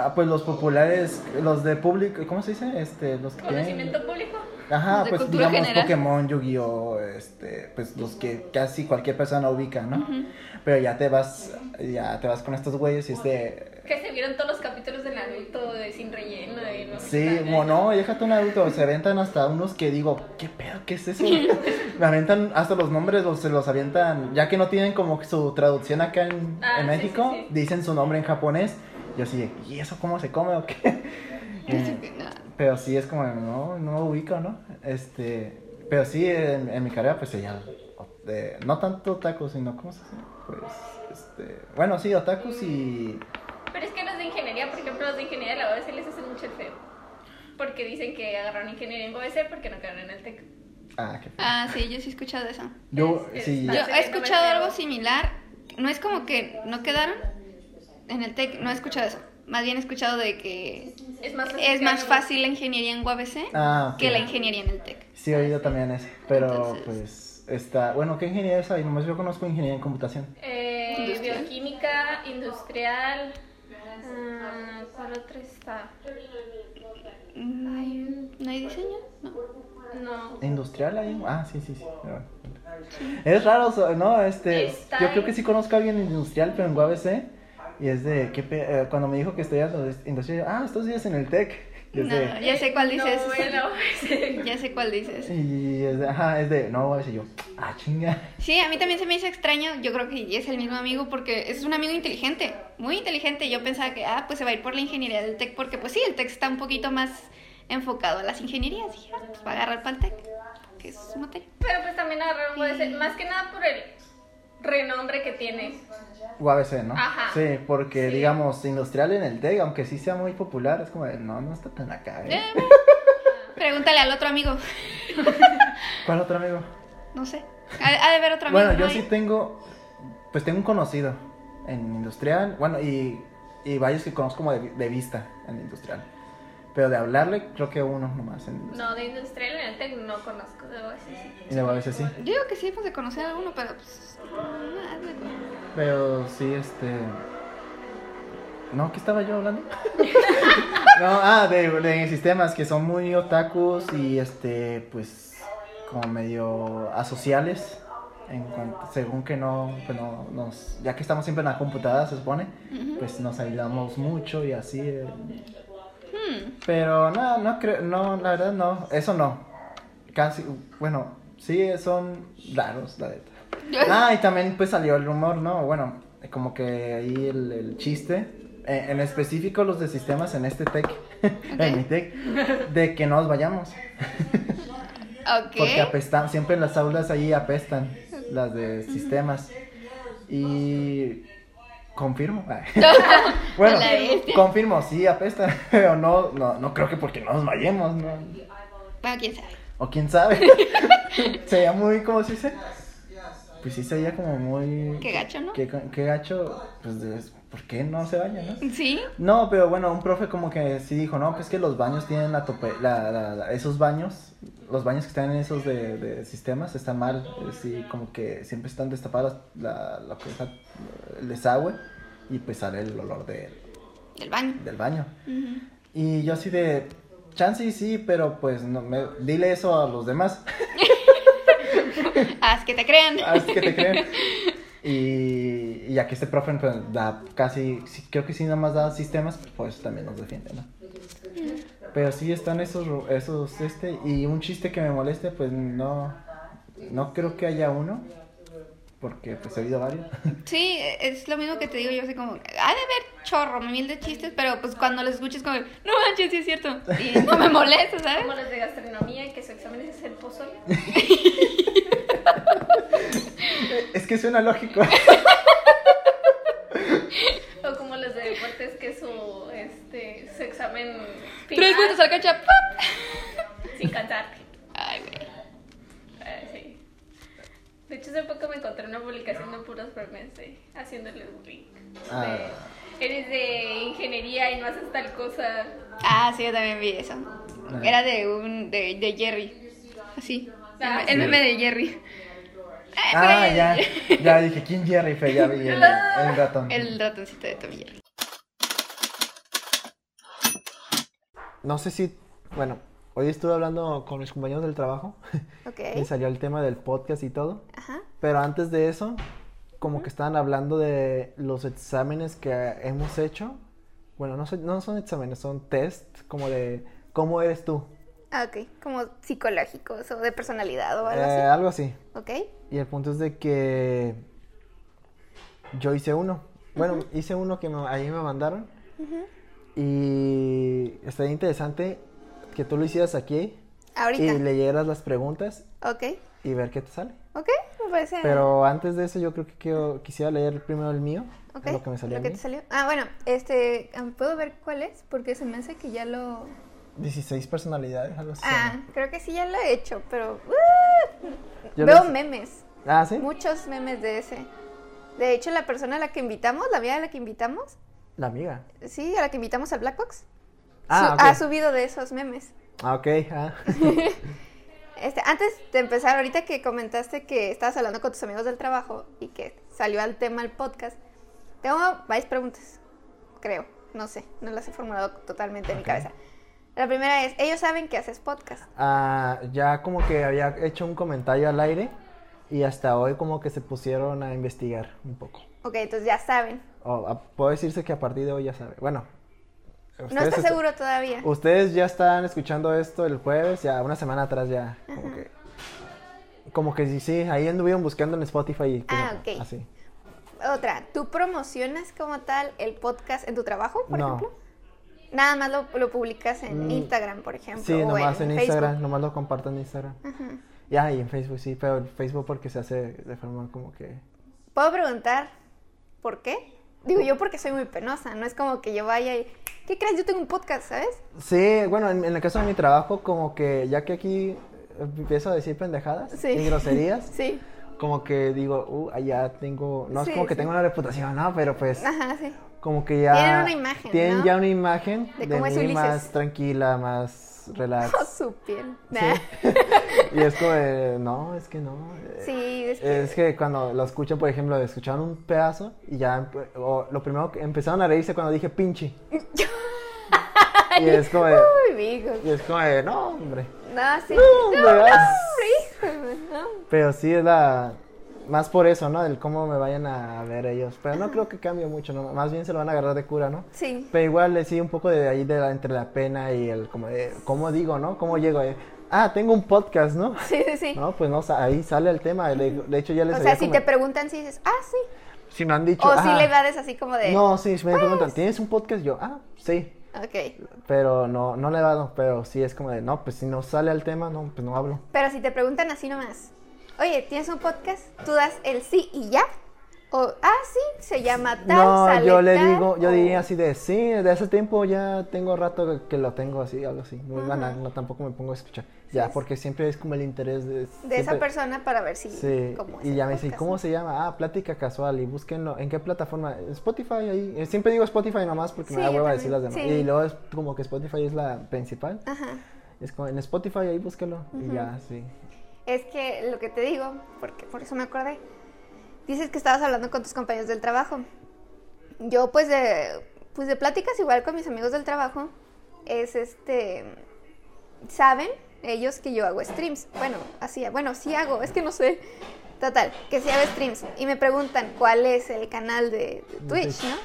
[SPEAKER 1] ah, pues los populares, los de público, ¿cómo se dice? Este, los que tienen-
[SPEAKER 3] Conocimiento público.
[SPEAKER 1] Ajá,
[SPEAKER 2] De
[SPEAKER 1] pues
[SPEAKER 2] cultura
[SPEAKER 1] digamos
[SPEAKER 2] general.
[SPEAKER 1] Pokémon, Yu-Gi-Oh, este, pues los que casi cualquier persona ubica, ¿no?
[SPEAKER 2] Ujú.
[SPEAKER 1] Pero ya te vas, ya te vas con estos güeyes y este,
[SPEAKER 3] Que se vieron todos los capítulos de Naruto, de Sin Relleno, de no sé
[SPEAKER 1] sí,
[SPEAKER 3] qué.
[SPEAKER 1] bueno, no, déjate un adulto, se aventan hasta unos que digo, ¿qué pedo, qué es eso? Me aventan hasta los nombres, los, se los avientan, ya que no tienen como que su traducción acá en,
[SPEAKER 3] Ah,
[SPEAKER 1] en
[SPEAKER 3] sí, sí,
[SPEAKER 1] México,
[SPEAKER 3] sí.
[SPEAKER 1] dicen su nombre en japonés, yo así, de, ¿y eso cómo se come o qué? Eh,
[SPEAKER 2] *laughs*
[SPEAKER 1] Pero sí es como, no, no lo ubico, ¿no? Este, pero sí, en, en mi carrera, pues ya, eh, no tanto otaku, sino, ¿cómo se dice? Pues, este, bueno, sí, otakus y,
[SPEAKER 3] Pero es que los de ingeniería, por ejemplo, los de ingeniería de la OBC les hacen mucho el feo. Porque dicen que agarraron ingeniería en OBC porque no quedaron en el TEC.
[SPEAKER 1] ah, qué feo.
[SPEAKER 2] Ah, sí, yo sí he escuchado eso.
[SPEAKER 1] Yo,
[SPEAKER 3] es-
[SPEAKER 1] sí,
[SPEAKER 2] Yo
[SPEAKER 3] Está
[SPEAKER 2] he
[SPEAKER 3] saliendo
[SPEAKER 2] escuchado
[SPEAKER 3] mercado.
[SPEAKER 2] algo similar. No es como que no quedaron en el TEC, no he escuchado eso. Más bien he escuchado de que
[SPEAKER 3] Es más fácil.
[SPEAKER 2] es
[SPEAKER 3] que
[SPEAKER 2] más
[SPEAKER 3] hagan-
[SPEAKER 2] fácil la ingeniería en UABC
[SPEAKER 1] ah, ok.
[SPEAKER 2] que la ingeniería en el TEC.
[SPEAKER 1] sí, he oído también ese, pero,
[SPEAKER 2] Entonces-
[SPEAKER 1] pues, está, bueno, ¿qué ingeniería es ahí? Nomás yo conozco ingeniería en computación.
[SPEAKER 3] Eh,
[SPEAKER 2] Industrial.
[SPEAKER 3] Bioquímica, industrial. ah, ¿Cuál otra está?
[SPEAKER 2] Mm, ¿No hay diseño? No.
[SPEAKER 3] No.
[SPEAKER 1] ¿Industrial ahí? Ah, sí, sí, sí. pero bueno. Es raro, so- ¿no? Este,
[SPEAKER 3] Está
[SPEAKER 1] yo creo que
[SPEAKER 3] en-
[SPEAKER 1] sí conozco a alguien en industrial, pero en UABC. Y es de, ¿qué pe- eh, cuando me dijo que estudiando industrial, yo, ah, estos días en el TEC. Y es
[SPEAKER 2] No,
[SPEAKER 1] de,
[SPEAKER 2] ya sé cuál dices.
[SPEAKER 3] No,
[SPEAKER 1] *laughs*
[SPEAKER 3] bueno, pues,
[SPEAKER 2] *laughs* Ya sé cuál dices.
[SPEAKER 1] y es de, ajá, es de, no, UABC. Y yo, ah, chinga.
[SPEAKER 2] Sí, a mí también se me hizo extraño. Yo creo que es el mismo amigo porque es un amigo inteligente, muy inteligente. Yo pensaba que, ah, pues se va a ir por la ingeniería del TEC porque, pues sí, el TEC está un poquito más enfocado a las ingenierías. Dije, ah, pues va a agarrar para el TEC, que es su materia.
[SPEAKER 3] pero pues también agarraron UABC, más que nada por el renombre que tiene.
[SPEAKER 1] UABC, ¿no?
[SPEAKER 3] Ajá.
[SPEAKER 1] Sí, porque
[SPEAKER 3] Sí.
[SPEAKER 1] digamos, industrial en el TEC, aunque sí sea muy popular, es como de, no, no está tan acá. ¿eh?
[SPEAKER 2] Eh, bueno. Pregúntale al otro amigo. *laughs*
[SPEAKER 1] ¿Cuál otro amigo?
[SPEAKER 2] No sé. Ha, ha de ver otro amigo.
[SPEAKER 1] Bueno, yo
[SPEAKER 2] ¿no?
[SPEAKER 1] sí
[SPEAKER 2] Ahí.
[SPEAKER 1] tengo, pues tengo un conocido en industrial, bueno, y, y varios que conozco como de, vi- de vista en industrial. Pero de hablarle, creo que uno nomás. En industrial.
[SPEAKER 3] No, de industrial en el TEC no conozco, de UABC sí.
[SPEAKER 1] Y luego a veces sí.
[SPEAKER 2] Yo digo que sí, pues de conocer a alguno, pero pues. no, haz de cuenta.
[SPEAKER 1] Pero sí, este... No, ¿qué estaba yo hablando? *laughs* no, ah, de, de sistemas que son muy otakus y este, pues, como medio asociales. En cuanto- según que no, pues no, nos, ya que estamos siempre en la computadora, se supone.
[SPEAKER 2] Ujú.
[SPEAKER 1] pues nos aislamos mucho y así. eh.
[SPEAKER 2] Hmm.
[SPEAKER 1] Pero no, no creo, no, la verdad no, eso no. Casi, bueno, sí son raros, la neta. Ah, y también pues salió el rumor, ¿no? Bueno, como que ahí el, el chiste, eh, en específico los de sistemas en este tech, *laughs* en mi tech, de que no nos vayamos.
[SPEAKER 2] Ok.
[SPEAKER 1] Ah, Porque apestan, siempre en las aulas ahí apestan, las de sistemas. Y
[SPEAKER 4] *laughs*
[SPEAKER 1] confirmo. *laughs*
[SPEAKER 4] A
[SPEAKER 2] *laughs*
[SPEAKER 1] bueno,
[SPEAKER 4] la bestia.
[SPEAKER 1] confirmo, sí apesta. *laughs* o no, no, no creo que porque no nos vayamos, ¿no?
[SPEAKER 4] Bueno, quién sabe.
[SPEAKER 1] O quién
[SPEAKER 4] *laughs*
[SPEAKER 1] sabe. sería muy, ¿cómo se dice? Pues sí, sería como muy.
[SPEAKER 4] Qué gacho, ¿no?
[SPEAKER 1] Qué, qué gacho. Pues, de- ¿por qué no se baña, no?
[SPEAKER 4] Sí,
[SPEAKER 1] No, pero bueno, un profe como que sí dijo, no, pues que los baños tienen la tope, la, la- la- esos baños, los baños que están en esos de, de sistemas están mal, sí, como que siempre están destapadas la, la cosa, el desagüe y pues sale el olor de-
[SPEAKER 4] del baño.
[SPEAKER 1] del baño.
[SPEAKER 4] Ujú.
[SPEAKER 1] Y yo así de, chance y sí, pero pues no, me, dile eso a los demás,
[SPEAKER 4] Haz que te crean.
[SPEAKER 1] así que te creen. Y, y ya que este profe pues, da casi, sí, creo que sí nada más da sistemas, pues también nos defiende, ¿no? Pero sí están esos, ru- esos, este, y un chiste que me moleste, pues no, no creo que haya uno, porque pues he oído varios. *laughs*
[SPEAKER 4] Sí, es lo mismo que te digo yo, así como, ha de haber chorro, mil de chistes, pero pues cuando los escuches como, no manches, sí es cierto, y no me molesta, ¿sabes?
[SPEAKER 3] Como los de gastronomía, que su examen es el pozole.
[SPEAKER 1] Es que suena lógico.
[SPEAKER 3] O como los de deportes, que su, este, su examen
[SPEAKER 4] Tres minutos
[SPEAKER 3] final.
[SPEAKER 4] al cancha, ¡pap!
[SPEAKER 3] Sin cansarte.
[SPEAKER 4] Ay, güey.
[SPEAKER 3] Ah, sí. De hecho, hace poco me encontré una publicación de puros memes de haciéndole bullying.
[SPEAKER 1] Ah.
[SPEAKER 3] De, eres de ingeniería y no haces tal cosa.
[SPEAKER 4] Ah, sí, yo también vi eso.
[SPEAKER 1] Ah.
[SPEAKER 4] Era de un, de, de Jerry, así, el, el meme de Jerry. Ah,
[SPEAKER 1] Ah,
[SPEAKER 4] güey.
[SPEAKER 1] ya, ya dije, ¿quién Jerry Fe? Ya vi el, el
[SPEAKER 4] *laughs*
[SPEAKER 1] ratón.
[SPEAKER 4] El ratoncito de Tom y Jerry.
[SPEAKER 1] No sé si, bueno, hoy estuve hablando con mis compañeros del trabajo, y
[SPEAKER 2] ¿Eh?
[SPEAKER 4] Ok,
[SPEAKER 1] salió el tema del podcast y todo.
[SPEAKER 4] ajá.
[SPEAKER 1] Pero antes de eso, como que estaban hablando de los exámenes que hemos hecho. Bueno, no, son- no son exámenes, son test, como de cómo eres tú.
[SPEAKER 4] Ah, ok, como psicológicos o de personalidad o
[SPEAKER 1] Eh, algo así.
[SPEAKER 4] Ok,
[SPEAKER 1] Y el punto es de que yo hice uno. Bueno, hice uno que me, ahí me mandaron. Y estaría interesante que tú lo hicieras aquí y leyeras las preguntas
[SPEAKER 4] ok,
[SPEAKER 1] y ver qué te sale.
[SPEAKER 4] ok, me parece...
[SPEAKER 1] Pero antes de eso, yo creo que quiero- quisiera leer primero el mío,
[SPEAKER 2] Ok,
[SPEAKER 1] lo que me salió. a mí.
[SPEAKER 2] te salió. Ah, bueno, este, um, ¿puedo ver cuál es? Porque se me hace que ya lo...
[SPEAKER 1] 16 personalidades, algo así.
[SPEAKER 2] Ah, creo que sí ya lo he hecho, pero... ¡uh!
[SPEAKER 1] *laughs* Yo
[SPEAKER 2] Veo
[SPEAKER 1] las-
[SPEAKER 2] memes,
[SPEAKER 1] Ah, sí.
[SPEAKER 2] muchos memes de ese. De hecho, la persona a la que invitamos, la amiga a la que invitamos,
[SPEAKER 1] La amiga.
[SPEAKER 2] sí, a la que invitamos a Black Box,
[SPEAKER 1] Ah,
[SPEAKER 2] su-
[SPEAKER 1] ok.
[SPEAKER 2] ha subido de esos memes.
[SPEAKER 1] Ah, ok. ah. *laughs*
[SPEAKER 2] Este, antes de empezar, ahorita que comentaste que estabas hablando con tus amigos del trabajo y que salió al tema el podcast, tengo varias preguntas, creo, no sé, no las he formulado totalmente en mi
[SPEAKER 1] Ok.
[SPEAKER 2] cabeza. La primera es, ellos saben que haces podcast.
[SPEAKER 1] Ah, ya como que había hecho un comentario al aire y hasta hoy como que se pusieron a investigar un poco.
[SPEAKER 2] Ok, entonces ya saben.
[SPEAKER 1] O, a- puedo decirse que a partir de hoy ya sabe. Bueno.
[SPEAKER 2] No
[SPEAKER 1] ustedes
[SPEAKER 2] está
[SPEAKER 1] est-
[SPEAKER 2] seguro todavía.
[SPEAKER 1] Ustedes ya están escuchando esto el jueves, ya una semana atrás ya. Como que, como que sí, sí, ahí anduvieron buscando en Spotify. y
[SPEAKER 2] Ah,
[SPEAKER 1] como-
[SPEAKER 2] ok.
[SPEAKER 1] Así.
[SPEAKER 2] Otra, ¿tú promocionas como tal el podcast en tu trabajo, por
[SPEAKER 1] No.
[SPEAKER 2] ejemplo? Nada más lo, lo publicas en
[SPEAKER 1] Mm,
[SPEAKER 2] Instagram, por ejemplo.
[SPEAKER 1] Sí,
[SPEAKER 2] o
[SPEAKER 1] nomás en,
[SPEAKER 2] en,
[SPEAKER 1] Instagram,
[SPEAKER 2] Facebook.
[SPEAKER 1] nomás lo comparto en Instagram. Ya, y en Facebook sí, pero en Facebook porque se hace de forma como que...
[SPEAKER 2] ¿Puedo preguntar por qué? Digo yo porque soy muy penosa, no es como que yo vaya y... ¿Qué crees? Yo tengo un podcast, ¿sabes?
[SPEAKER 1] Sí, bueno, en, en el caso de mi trabajo, como que ya que aquí eh, empiezo a decir pendejadas
[SPEAKER 2] Sí.
[SPEAKER 1] y
[SPEAKER 2] *laughs*
[SPEAKER 1] groserías,
[SPEAKER 2] Sí.
[SPEAKER 1] como que digo, uh, allá tengo... No
[SPEAKER 2] Sí,
[SPEAKER 1] es como que
[SPEAKER 2] sí.
[SPEAKER 1] tengo una reputación, no, pero pues
[SPEAKER 2] Ajá, *laughs* sí.
[SPEAKER 1] como que ya...
[SPEAKER 2] Tienen una imagen,
[SPEAKER 1] Tienen
[SPEAKER 2] ¿no?
[SPEAKER 1] ya una imagen de,
[SPEAKER 2] De cómo es
[SPEAKER 1] mí
[SPEAKER 2] Ulises.
[SPEAKER 1] más tranquila, más relax.
[SPEAKER 2] Oh, *laughs* su piel.
[SPEAKER 1] Sí.
[SPEAKER 2] Nah.
[SPEAKER 1] y es como, de, no, es que no. eh,
[SPEAKER 2] *laughs* Sí, es que...
[SPEAKER 1] Es que cuando lo escuchan, por ejemplo, escucharon un pedazo y ya empe- o lo primero que empezaron a reírse cuando dije pinche.
[SPEAKER 2] *laughs*
[SPEAKER 1] y es como de,
[SPEAKER 2] Uy, amigos.
[SPEAKER 1] y es como de, no, hombre.
[SPEAKER 2] No, sí.
[SPEAKER 1] No, hombre, ah".
[SPEAKER 2] Híjole, no.
[SPEAKER 1] Pero sí es la más por eso, ¿no? Del cómo me vayan a ver ellos. Pero no creo que cambie mucho, ¿no? Más bien se lo van a agarrar de cura, ¿no?
[SPEAKER 2] Sí.
[SPEAKER 1] Pero igual eh, sí un poco de ahí de la- entre la pena y el como de cómo digo, ¿no? ¿Cómo llego? eh, ah, tengo un podcast, ¿no?
[SPEAKER 2] Sí, sí, sí.
[SPEAKER 1] No, pues no, sa- ahí sale el tema. De, de hecho, ya les
[SPEAKER 2] o
[SPEAKER 1] había
[SPEAKER 2] sea, si
[SPEAKER 1] comen-
[SPEAKER 2] te preguntan si dices, ah, sí.
[SPEAKER 1] si me han dicho.
[SPEAKER 2] O
[SPEAKER 1] "Ah".
[SPEAKER 2] si le das así como de... "Pues".
[SPEAKER 1] No, sí, si me preguntan, ¿tienes un podcast? Yo, ah, sí.
[SPEAKER 2] Ok.
[SPEAKER 1] Pero no, no le he dado, pero sí es como de, no, pues si no sale al tema, no, pues no hablo.
[SPEAKER 2] Pero si te preguntan así nomás, oye, ¿tienes un podcast? ¿Tú das el sí y ya? O, ah, sí, se llama tal.
[SPEAKER 1] No,
[SPEAKER 2] sale
[SPEAKER 1] yo le
[SPEAKER 2] tal,
[SPEAKER 1] digo, yo
[SPEAKER 2] o-
[SPEAKER 1] diría así de, sí, desde hace tiempo ya tengo rato que- que lo tengo así, algo así, muy banal, no, tampoco me pongo a escuchar, ya, porque siempre es como el interés de...
[SPEAKER 2] De esa
[SPEAKER 1] siempre-
[SPEAKER 2] persona para ver si.
[SPEAKER 1] Sí,
[SPEAKER 2] cómo es
[SPEAKER 1] y
[SPEAKER 2] el
[SPEAKER 1] ya me dice,
[SPEAKER 2] podcast,
[SPEAKER 1] ¿cómo
[SPEAKER 2] ¿no?
[SPEAKER 1] se llama? Ah, Plática Casual, y búsquenlo, ¿en qué plataforma? Spotify, ahí, eh, siempre digo Spotify nomás porque me
[SPEAKER 2] Sí,
[SPEAKER 1] da
[SPEAKER 2] yo
[SPEAKER 1] hueva decir las
[SPEAKER 2] también,
[SPEAKER 1] demás,
[SPEAKER 2] sí.
[SPEAKER 1] y luego es como que Spotify es la principal,
[SPEAKER 2] Ajá.
[SPEAKER 1] es como, en Spotify ahí búsquelo, y ya, sí.
[SPEAKER 2] Es que lo que te digo, porque por eso me acordé. Dices que estabas hablando con tus compañeros del trabajo. Yo pues de pues de pláticas igual con mis amigos del trabajo es este saben ellos que yo hago streams. Bueno, así, bueno, sí hago, es que no sé. Total, que sí hago streams y me preguntan cuál es el canal de, de
[SPEAKER 1] De
[SPEAKER 2] Twitch,
[SPEAKER 1] Twitch.
[SPEAKER 2] ¿no?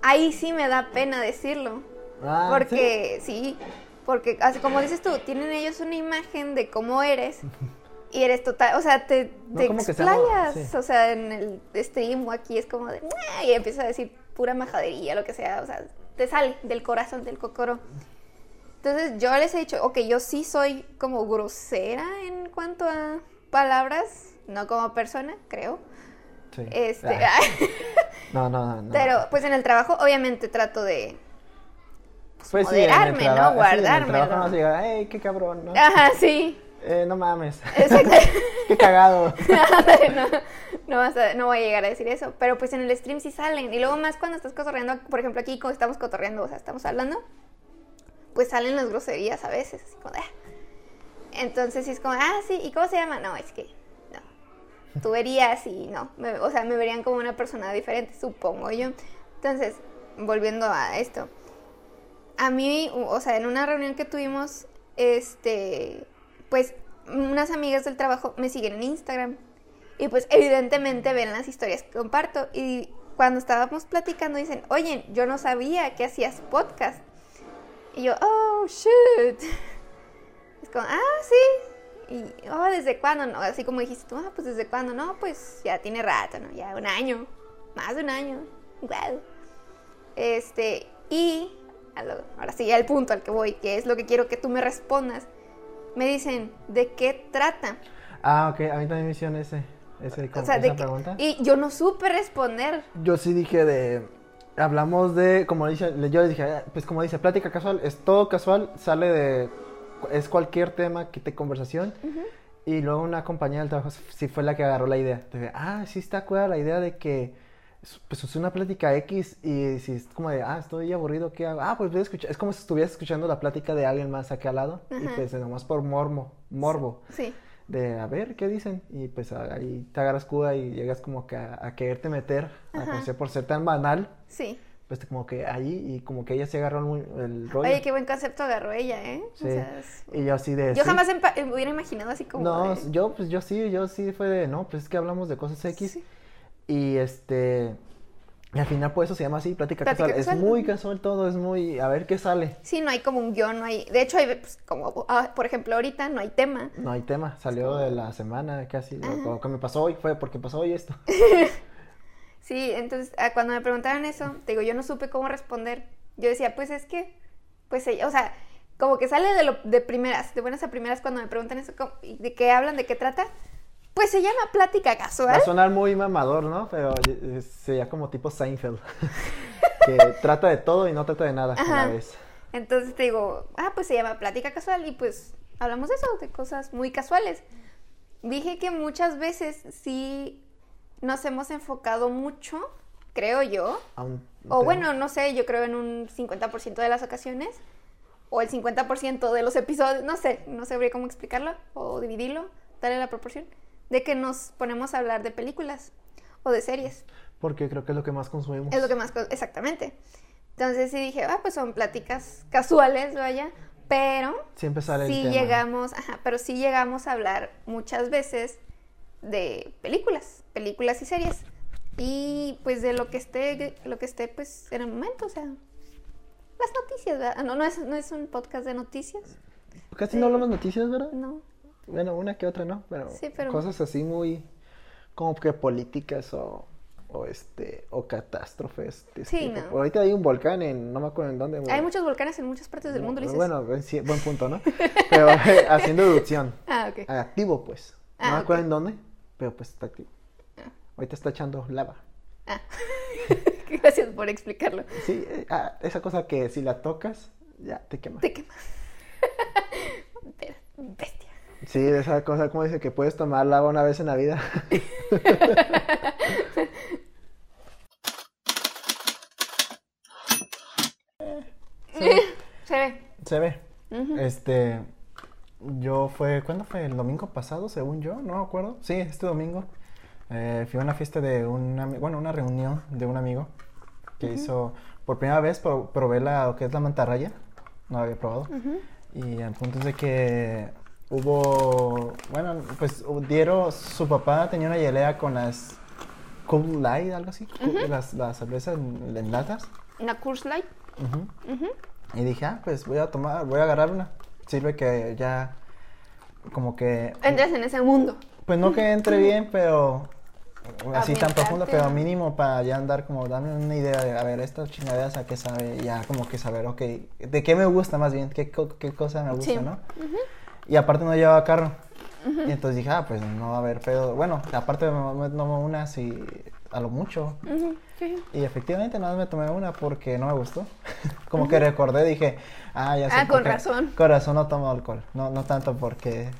[SPEAKER 2] Ahí sí me da pena decirlo,
[SPEAKER 1] Ah, ¿sí?
[SPEAKER 2] porque sí, porque así como dices tú, tienen ellos una imagen de
[SPEAKER 1] *laughs*
[SPEAKER 2] cómo eres y eres total, o sea, te,
[SPEAKER 1] No,
[SPEAKER 2] te
[SPEAKER 1] como que se ama,
[SPEAKER 2] explayas,
[SPEAKER 1] sí.
[SPEAKER 2] o sea, en el stream o aquí es como de "Mua", y empiezas a decir pura majadería, lo que sea, o sea, te sale del corazón del cocoro. Entonces yo les he dicho, ok, yo sí soy como grosera en cuanto a palabras, no como persona, creo.
[SPEAKER 1] Sí.
[SPEAKER 2] Este,
[SPEAKER 1] Ah, No, no, no, no.
[SPEAKER 2] *laughs* pero pues en el trabajo obviamente trato de
[SPEAKER 1] Pues sí, en el
[SPEAKER 2] moderarme, ¿no?
[SPEAKER 1] traba- sí, en el
[SPEAKER 2] Guardármelo.
[SPEAKER 1] trabajo no vas a llegar, "Ey, qué cabrón", ¿no?
[SPEAKER 2] Ajá, sí.
[SPEAKER 1] Eh, no mames.
[SPEAKER 2] Exacto.
[SPEAKER 1] *laughs* qué cagado. *laughs*
[SPEAKER 2] no, *laughs* no, vas a- no voy a llegar a decir eso. Pero pues en el stream sí salen. Y luego más cuando estás cotorreando, por ejemplo aquí cuando estamos cotorreando, o sea, estamos hablando, pues salen las groserías a veces. Así como, de, "Ah". Entonces sí es como, ah, sí, ¿y cómo se llama? No, es que no. Tú verías y no. me- o sea, me verían como una persona diferente, supongo yo. Entonces, volviendo a esto. A mí, u- o sea, en una reunión que tuvimos, este, pues unas amigas del trabajo me siguen en Instagram. Y pues evidentemente ven las historias que comparto. Y cuando estábamos platicando dicen, oye, yo no sabía que hacías podcast. Y yo, oh, shoot. *laughs* Es como, ah, sí. Y, oh, ¿desde cuándo? No, así como dijiste tú, ah, pues desde cuándo? No, pues ya tiene rato, ¿no? Ya un año. Más de un año. Wow. Este, y a lo- ahora sí, al punto al que voy, que es lo que quiero que tú me respondas. Me dicen, ¿de qué trata?
[SPEAKER 1] Ah, ok, a mí también me hicieron ese, ese, como
[SPEAKER 2] O sea,
[SPEAKER 1] esa
[SPEAKER 2] de que-
[SPEAKER 1] pregunta.
[SPEAKER 2] y yo no supe responder.
[SPEAKER 1] Yo sí dije de... Hablamos de, como dice, le- yo les dije, "Ah, pues como dice, plática casual, es todo casual, sale de, es cualquier tema que te conversación. Y luego una compañera del trabajo sí fue la que agarró la idea. Dije, ah, sí está cueva la idea de que, es- pues es una plática X y si es como de, ah, estoy aburrido, ¿qué hago? Ah, pues voy a escuchar, es como si estuvieras escuchando la plática de alguien más aquí al lado. Y
[SPEAKER 2] Ajá.
[SPEAKER 1] pues nomás por mormo, morbo
[SPEAKER 2] Sí.
[SPEAKER 1] de a ver qué dicen y pues a- ahí te agarras cuda y llegas como que a, a quererte meter a
[SPEAKER 2] Ajá.
[SPEAKER 1] conocer por ser tan banal
[SPEAKER 2] Sí.
[SPEAKER 1] pues te- como que ahí y como que ella se agarró muy- el rollo
[SPEAKER 2] Oye, qué buen concepto agarró ella, ¿eh? O
[SPEAKER 1] Sí.
[SPEAKER 2] sea, es-
[SPEAKER 1] y yo así de
[SPEAKER 2] yo
[SPEAKER 1] sí.
[SPEAKER 2] jamás empa- eh, me hubiera imaginado así como.
[SPEAKER 1] no
[SPEAKER 2] de-
[SPEAKER 1] yo pues yo sí yo sí fue de no pues es que hablamos de cosas X
[SPEAKER 2] Sí.
[SPEAKER 1] y este y al final por eso se llama así plática,
[SPEAKER 2] Plática
[SPEAKER 1] casual.
[SPEAKER 2] casual,
[SPEAKER 1] es muy
[SPEAKER 2] ujú.
[SPEAKER 1] casual todo es muy a ver qué sale
[SPEAKER 2] Sí, no hay como un guión, no hay. De hecho, hay, pues, como, ah, por ejemplo, ahorita no hay tema.
[SPEAKER 1] no hay tema salió de la semana casi lo- lo que me pasó hoy fue porque pasó hoy esto
[SPEAKER 2] Sí, entonces ah, cuando me preguntaron eso, te digo, yo no supe cómo responder. Yo decía, pues es que, pues ella, o sea, como que sale de, lo- de primeras, de buenas a primeras cuando me preguntan eso, como, ¿y ¿de qué hablan? ¿De qué trata? Pues se llama plática
[SPEAKER 1] Va
[SPEAKER 2] casual.
[SPEAKER 1] a sonar muy mamador, ¿no? Pero eh, sería como tipo
[SPEAKER 2] *laughs*
[SPEAKER 1] Seinfeld. que trata de todo y no trata de nada a
[SPEAKER 2] Ajá.
[SPEAKER 1] la vez.
[SPEAKER 2] Entonces te digo, ah, pues se llama plática casual y pues hablamos de eso, de cosas muy casuales. Dije que muchas veces sí nos hemos enfocado mucho, creo yo,
[SPEAKER 1] A un-
[SPEAKER 2] o
[SPEAKER 1] te-
[SPEAKER 2] bueno, no sé, yo creo en un 50% de las ocasiones, o el 50% de los episodios, no sé, no sabría cómo explicarlo, o dividirlo, darle la proporción, de que nos ponemos a hablar de películas o de series.
[SPEAKER 1] Porque creo que es lo que más consumimos.
[SPEAKER 2] Es lo que más, co- exactamente. Entonces sí dije, ah, pues son pláticas casuales, vaya, pero
[SPEAKER 1] Siempre sale
[SPEAKER 2] sí
[SPEAKER 1] el tema.
[SPEAKER 2] llegamos, ajá, pero sí llegamos a hablar muchas veces de películas, películas y series. Y pues de lo que esté, lo que esté pues en el momento, o sea, las noticias, ¿verdad? Ah, No, no es, no es un podcast de noticias,
[SPEAKER 1] Casi no hablamos noticias, ¿verdad?
[SPEAKER 2] no.
[SPEAKER 1] Bueno, una que otra, ¿no? Pero,
[SPEAKER 2] Sí, pero-
[SPEAKER 1] cosas así muy como que políticas o, o este o catástrofes. de ese
[SPEAKER 2] Sí,
[SPEAKER 1] tipo.
[SPEAKER 2] no.
[SPEAKER 1] Ahorita hay un volcán en no me acuerdo en dónde.
[SPEAKER 2] Hay
[SPEAKER 1] bueno,
[SPEAKER 2] muchos volcanes en muchas partes del mundo, Ulises.
[SPEAKER 1] Bueno, eh, sí, buen punto,
[SPEAKER 2] *laughs*
[SPEAKER 1] ¿no? Pero eh, haciendo deducción.
[SPEAKER 2] Ah, ok.
[SPEAKER 1] activo, pues.
[SPEAKER 2] Ah,
[SPEAKER 1] no me acuerdo
[SPEAKER 2] ok.
[SPEAKER 1] en dónde, pero pues está activo. Ahorita está echando lava.
[SPEAKER 2] Ah. *laughs* Gracias por explicarlo.
[SPEAKER 1] Sí, eh, ah, esa cosa que si la tocas, ya te quema.
[SPEAKER 2] Te quemas. *laughs* Pero, Bestia.
[SPEAKER 1] Sí, de esa cosa como dice que puedes tomar agua una vez en la vida. *laughs*
[SPEAKER 2] Se ve.
[SPEAKER 1] Se ve.
[SPEAKER 2] Ujú.
[SPEAKER 1] Este, yo fue, ¿cuándo fue? ¿El domingo pasado, según yo? No me acuerdo. Sí, este domingo. Eh, fui a una fiesta de un ami- bueno, una reunión de un amigo que hizo, por primera vez pro- probé la, lo que es la mantarraya. No la había probado. Y el punto es de que hubo, bueno, pues hu- dieron, su papá tenía una hielera con las Cool Light, algo así, cu- las, las cervezas en, en latas.
[SPEAKER 2] Una curse light.
[SPEAKER 1] Ujú. Y dije, ah, pues voy a tomar, voy a agarrar una. Sirve que ya, como que,
[SPEAKER 2] Entras en ese mundo.
[SPEAKER 1] pues no que entre bien, pero así tan profundo,
[SPEAKER 2] Ambientarte,
[SPEAKER 1] pero
[SPEAKER 2] ¿no?
[SPEAKER 1] mínimo para ya andar como, dame una idea de, a ver, esta chingaderas a qué sabe, y ya como que saber, ok, de qué me gusta más bien, qué, co- qué cosa me gusta,
[SPEAKER 2] Sí.
[SPEAKER 1] ¿no? Y aparte no llevaba carro. Y entonces dije, ah, pues no va a haber pedo. Bueno, aparte me me tomo una si a lo mucho. Y efectivamente nada más me tomé una porque no me gustó. *laughs* Como que recordé, dije, ah, ya sé.
[SPEAKER 2] Ah, con
[SPEAKER 1] por qué-
[SPEAKER 2] razón.
[SPEAKER 1] Con razón no tomo alcohol. No, no tanto porque,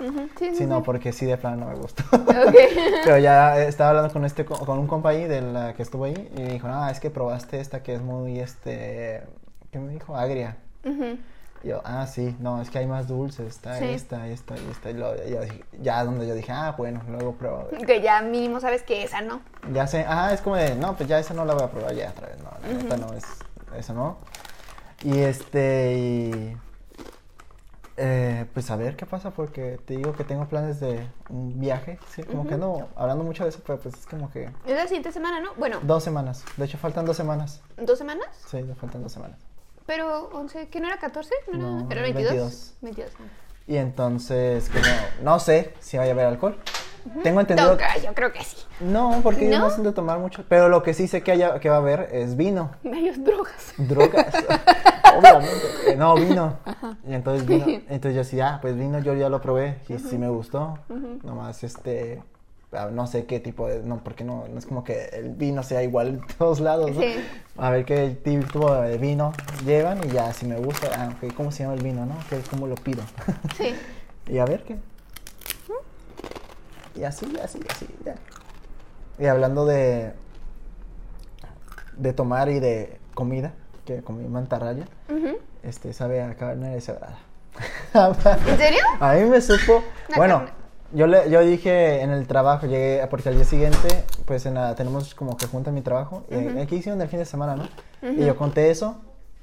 [SPEAKER 2] Ujú, Sí, sí,
[SPEAKER 1] sino porque sí de plano no me gustó.
[SPEAKER 2] *laughs*
[SPEAKER 1] *laughs*
[SPEAKER 2] Ok.
[SPEAKER 1] Pero ya estaba hablando con este co- con un compa ahí de la que estuvo ahí y me dijo, "No, es que probaste esta que es muy este ¿qué me dijo? agria."
[SPEAKER 2] Ujú.
[SPEAKER 1] Y yo, "Ah, sí, no, es que hay más dulces, está
[SPEAKER 2] Sí.
[SPEAKER 1] esta, esta y esta." Y luego yo dije- ya donde yo dije, "Ah, bueno, luego pruebo."
[SPEAKER 2] *laughs* Que ya mínimo sabes que esa no.
[SPEAKER 1] Ya sé, ah, es como de, no, pues ya esa no la voy a probar ya otra vez, no, la neta no es, eso no. Y este, y, eh, pues a ver qué pasa, porque te digo que tengo planes de un viaje, sí, como que no, hablando mucho de eso, pero pues es como que
[SPEAKER 2] Es la siguiente semana, ¿no? Bueno,
[SPEAKER 1] dos semanas, de hecho faltan dos semanas,
[SPEAKER 2] ¿dos semanas?
[SPEAKER 1] sí, nos faltan dos semanas.
[SPEAKER 2] Pero 11, ¿qué no era 14? No, era,
[SPEAKER 1] No,
[SPEAKER 2] ¿Pero
[SPEAKER 1] 22.
[SPEAKER 2] 22? 22. ah.
[SPEAKER 1] Y entonces, como, no sé si vaya a haber alcohol. Tengo entendido,
[SPEAKER 2] Toca, yo creo que sí.
[SPEAKER 1] no, porque ellos no
[SPEAKER 2] ¿No?
[SPEAKER 1] son de tomar mucho, pero lo que sí sé que, haya, que va a haber es vino.
[SPEAKER 2] Varios drogas.
[SPEAKER 1] drogas. Obviamente. Eh, No, vino. Y entonces vino. Entonces yo decía, ah, pues vino, yo ya lo probé. Y sí me gustó. Nomás este. ah, No sé qué tipo de. No, porque no, no es como que el vino sea igual en todos lados. ¿no?
[SPEAKER 2] Sí.
[SPEAKER 1] A ver qué tipo de vino llevan y ya si me gusta. Ah, ok, ¿Cómo se llama el vino, no? ¿Qué- ¿Cómo lo pido?
[SPEAKER 2] *laughs*
[SPEAKER 1] *laughs*
[SPEAKER 2] Sí.
[SPEAKER 1] Y a ver qué. Y así, así, así. ya. Y hablando de. de tomar y de comida, que comí mantarraya, este, sabe a carne deshebrada. *laughs*
[SPEAKER 2] ¿En serio?
[SPEAKER 1] a mí me supo.
[SPEAKER 2] Una
[SPEAKER 1] bueno.
[SPEAKER 2] carne-
[SPEAKER 1] Yo, le, yo dije en el trabajo, llegué, porque al día siguiente, pues en la, tenemos como que junta mi trabajo, y aquí hicieron el fin de semana, ¿no? Y yo conté eso,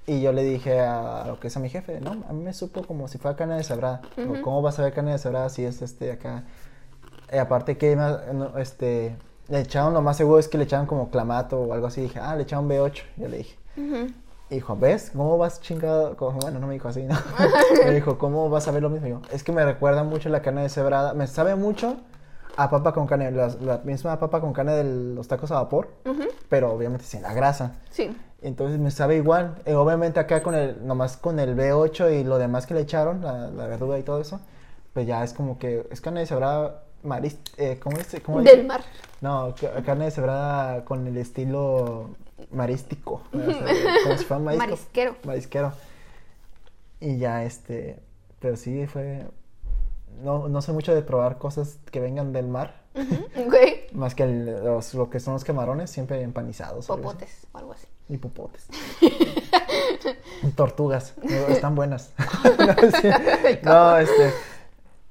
[SPEAKER 1] y yo le dije a, lo que es a mi jefe, no, a mí me supo como si fuera carne deshebrada, Digo, ¿cómo vas a ver carne deshebrada si es este acá? Y aparte que, más, no, este, le echaron, lo más seguro es que le echaron como clamato o algo así, dije, ah, le echaron B8, yo le dije. Dijo, ¿ves? ¿Cómo vas chingado? Como- Bueno, no me dijo así, ¿no? me dijo, ¿cómo vas a ver lo mismo? Y yo, es que me recuerda mucho la carne deshebrada. Me sabe mucho a papa con carne, la, la misma papa con carne de los tacos a vapor, pero obviamente sin la grasa.
[SPEAKER 2] Sí.
[SPEAKER 1] Entonces me sabe igual. Eh, obviamente acá con el, nomás con el B8 y lo demás que le echaron, la, la verdura y todo eso, pues ya es como que, es carne deshebrada maris, eh, ¿cómo es? ¿Cómo
[SPEAKER 2] Del mar.
[SPEAKER 1] no, ca- carne deshebrada con el estilo marístico. ¿no? O sea,
[SPEAKER 2] *laughs*
[SPEAKER 1] como si fuera marisco.
[SPEAKER 2] Marisquero.
[SPEAKER 1] Marisquero. Y ya este. Pero sí fue. No, no sé mucho de probar cosas que vengan del
[SPEAKER 2] *laughs*
[SPEAKER 1] mar.
[SPEAKER 2] Güey.
[SPEAKER 1] Más que el- los, lo que son los camarones, siempre empanizados. o algo así.
[SPEAKER 2] Popotes o algo así.
[SPEAKER 1] Y *laughs* popotes. Y Tortugas. *laughs* digo, Están buenas. no, sí. No, este.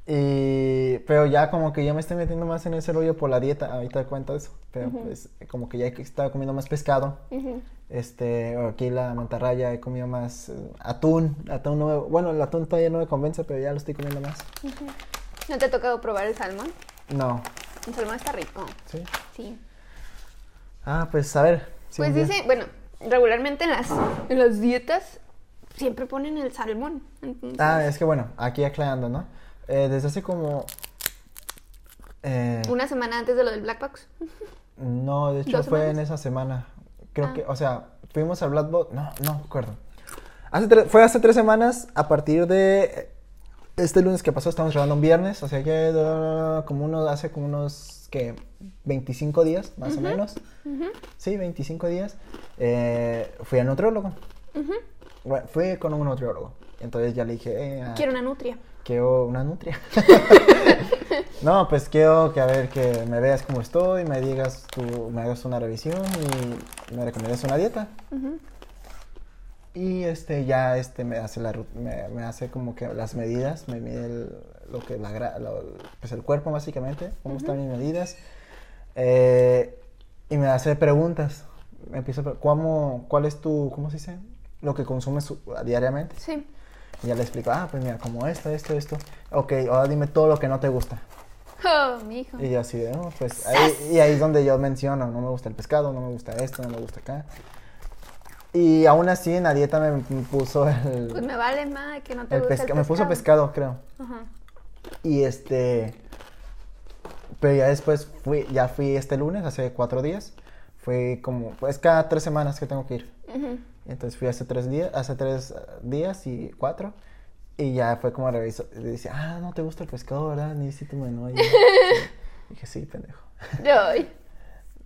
[SPEAKER 1] Y, pero ya como que ya me estoy metiendo más en ese rollo por la dieta, ahorita te cuento eso, pero pues como que ya he estado comiendo más pescado, este, aquí la mantarraya he comido más eh, atún, atún no me- bueno, el atún todavía no me convence, pero ya lo estoy comiendo más.
[SPEAKER 2] ¿No te ha tocado probar el salmón?
[SPEAKER 1] No,
[SPEAKER 2] El salmón está rico.
[SPEAKER 1] ¿sí?
[SPEAKER 2] Sí.
[SPEAKER 1] Ah, pues a ver. si
[SPEAKER 2] Pues
[SPEAKER 1] un día-
[SPEAKER 2] dice, bueno, regularmente en las, en las dietas siempre ponen el salmón. Entonces,
[SPEAKER 1] Ah, es que bueno, aquí aclarando, ¿no? Eh, desde hace como... eh,
[SPEAKER 2] Una semana antes de lo del Black Box.
[SPEAKER 1] No, de hecho
[SPEAKER 2] ¿Dos
[SPEAKER 1] fue en
[SPEAKER 2] semanas?
[SPEAKER 1] esa semana. Creo
[SPEAKER 2] Ah.
[SPEAKER 1] que, o sea, fuimos a Black Box. No, no, me acuerdo. Hace tres- fue hace tres semanas a partir de. este lunes que pasó estamos grabando un viernes, o sea que uh, como uno hace como unos que 25 días más o menos. Sí, 25 días. eh, fui al nutriólogo. Bueno, fui con un nutriólogo. Entonces ya le dije, eh, ah,
[SPEAKER 2] Quiero una nutria.
[SPEAKER 1] quiero una nutria. no, pues quiero que a ver que me veas cómo estoy, me digas tú, me hagas una revisión y me recomiendas una dieta. Y este ya este me hace la rut- me, me hace como que las medidas, me mide el- lo que la gra- lo- pues el cuerpo básicamente, cómo están mis medidas. Eh, y me hace preguntas. Me empieza a pre- ¿cómo, cuál es tu cómo se dice? Lo que consumes su- diariamente.
[SPEAKER 2] Sí.
[SPEAKER 1] Y ya le explico, ah, pues mira, como esto, esto, esto. Ok, ahora dime todo lo que no te gusta.
[SPEAKER 2] Oh, mi hijo.
[SPEAKER 1] Y yo así de, "Oh, pues, ahí, y ahí es donde yo menciono, no me gusta el pescado, no me gusta esto, no me gusta acá. Y aún así en la dieta me me puso el,
[SPEAKER 2] Pues me vale más que no te
[SPEAKER 1] el
[SPEAKER 2] gusta
[SPEAKER 1] pesca-
[SPEAKER 2] el
[SPEAKER 1] me puso pescado, creo.
[SPEAKER 2] Ajá.
[SPEAKER 1] Y este, pero ya después fui, ya fui este lunes, hace cuatro días. Fui como, pues cada tres semanas que tengo que ir.
[SPEAKER 2] Ujú.
[SPEAKER 1] Entonces fui hace tres días, hace tres eh, días y cuatro. Y ya fue como reviso. Y dice, ah, no te gusta el pescado, ¿verdad? Ni si tu menú. Y
[SPEAKER 2] *laughs*
[SPEAKER 1] yo, sí. Dije, sí, pendejo.
[SPEAKER 2] Ay.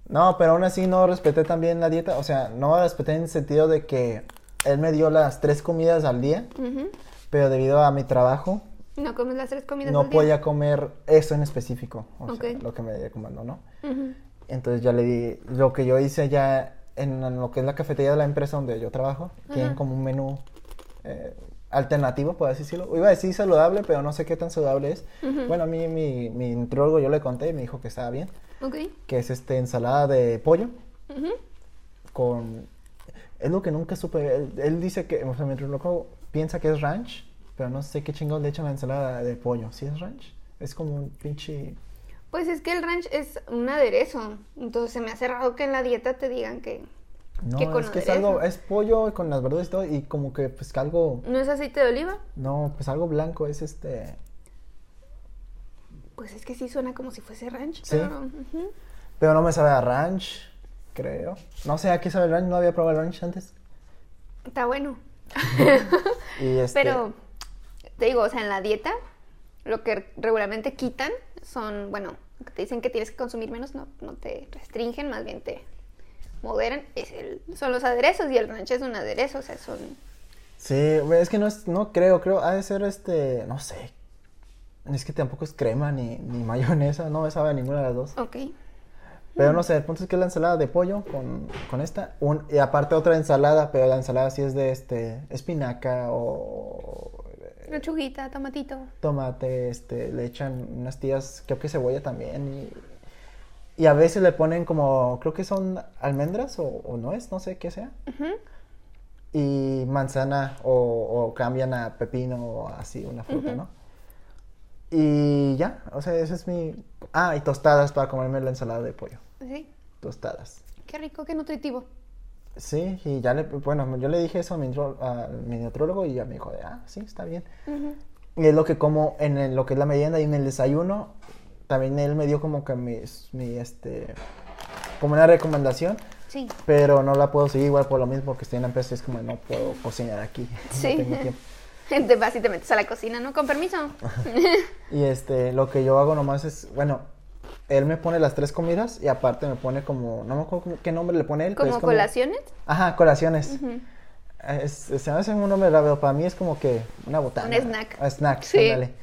[SPEAKER 1] No, pero aún así no respeté también la dieta. O sea, no respeté en el sentido de que él me dio las tres comidas al día,
[SPEAKER 2] Ujú.
[SPEAKER 1] pero debido a mi trabajo
[SPEAKER 2] No comes las tres comidas
[SPEAKER 1] no
[SPEAKER 2] al día.
[SPEAKER 1] podía comer eso en específico. O sea,
[SPEAKER 2] Ok.
[SPEAKER 1] lo que me recomendó, ¿no?
[SPEAKER 2] Ujú.
[SPEAKER 1] Entonces ya le di, lo que yo hice ya en lo que es la cafetería de la empresa donde yo trabajo, tienen como un menú eh, alternativo, por así decirlo. Iba a decir saludable, pero no sé qué tan saludable es. Bueno, a mí mi, mi nutriólogo yo le conté y me dijo que estaba bien,
[SPEAKER 2] Ok.
[SPEAKER 1] que es este ensalada de pollo
[SPEAKER 2] Ujú.
[SPEAKER 1] con... Es lo que nunca supe, él, él dice que, o sea, mi nutriólogo piensa que es ranch, pero no sé qué chingados le echan a la ensalada de pollo. ¿Sí es ranch? Es como un pinche...
[SPEAKER 2] Pues es que el ranch es un aderezo. Entonces se me hace raro que en la dieta te digan que
[SPEAKER 1] No,
[SPEAKER 2] Que con
[SPEAKER 1] es que es algo,
[SPEAKER 2] aderezo.
[SPEAKER 1] es pollo con las verduras y todo, y como que pues que algo,
[SPEAKER 2] no es aceite de oliva.
[SPEAKER 1] no, pues algo blanco es este,
[SPEAKER 2] Pues es que sí suena como si fuese ranch.
[SPEAKER 1] Sí.
[SPEAKER 2] Pero no. Ujú.
[SPEAKER 1] pero no me sabe a ranch, creo. No sé a qué sabe el ranch, no había probado el ranch antes.
[SPEAKER 2] Está bueno.
[SPEAKER 1] Y este,
[SPEAKER 2] Pero te digo, o sea, en la dieta lo que regularmente quitan son, bueno, que te dicen que tienes que consumir menos, no, no te restringen, más bien te moderan. Es el- son los aderezos y el ranch es un aderezo, o sea, son...
[SPEAKER 1] sí, güey, es que no es, no creo, creo, ha de ser este, no sé, es que tampoco es crema ni, ni mayonesa, no me sabe a ninguna de las dos.
[SPEAKER 2] Ok.
[SPEAKER 1] Pero no sé, el punto es que es la ensalada de pollo con, con esta, un- y aparte otra ensalada, pero la ensalada sí es de este, espinaca o
[SPEAKER 2] Lechuguita, tomatito.
[SPEAKER 1] tomate, este, le echan unas tías, creo que cebolla también y, y a veces le ponen como, creo que son almendras o, o nuez, no sé qué sea, y manzana o, o cambian a pepino o así, una fruta, ¿no? Y ya, o sea, ese es mi... Ah, y tostadas para comerme la ensalada de pollo,
[SPEAKER 2] Sí.
[SPEAKER 1] tostadas.
[SPEAKER 2] Qué rico, qué nutritivo.
[SPEAKER 1] Sí, y ya le, bueno, yo le dije eso a mi, nutro- a mi nutriólogo y ya me dijo, de, ah, sí, está bien. Y es lo que como en el- lo que es la merienda y en el desayuno. También él me dio como que mis- mi, este, como una recomendación,
[SPEAKER 2] Sí. *laughs*
[SPEAKER 1] pero no la puedo seguir igual por lo mismo porque estoy en la empresa y es como, no puedo cocinar aquí. no
[SPEAKER 2] Sí.
[SPEAKER 1] tengo tiempo.
[SPEAKER 2] Te vas y te metes a la cocina, ¿no? Con permiso.
[SPEAKER 1] Y este, lo que yo hago nomás es, bueno, él me pone las tres comidas y aparte me pone como, no me acuerdo cómo- qué nombre le pone él. pero *laughs* es *laughs*
[SPEAKER 2] ¿Como colaciones?
[SPEAKER 1] Ajá, colaciones. Es- se me hace un nombre raro, pero para mí es como que una botana.
[SPEAKER 2] Un snack.
[SPEAKER 1] snack,
[SPEAKER 2] Sí.
[SPEAKER 1] ándale.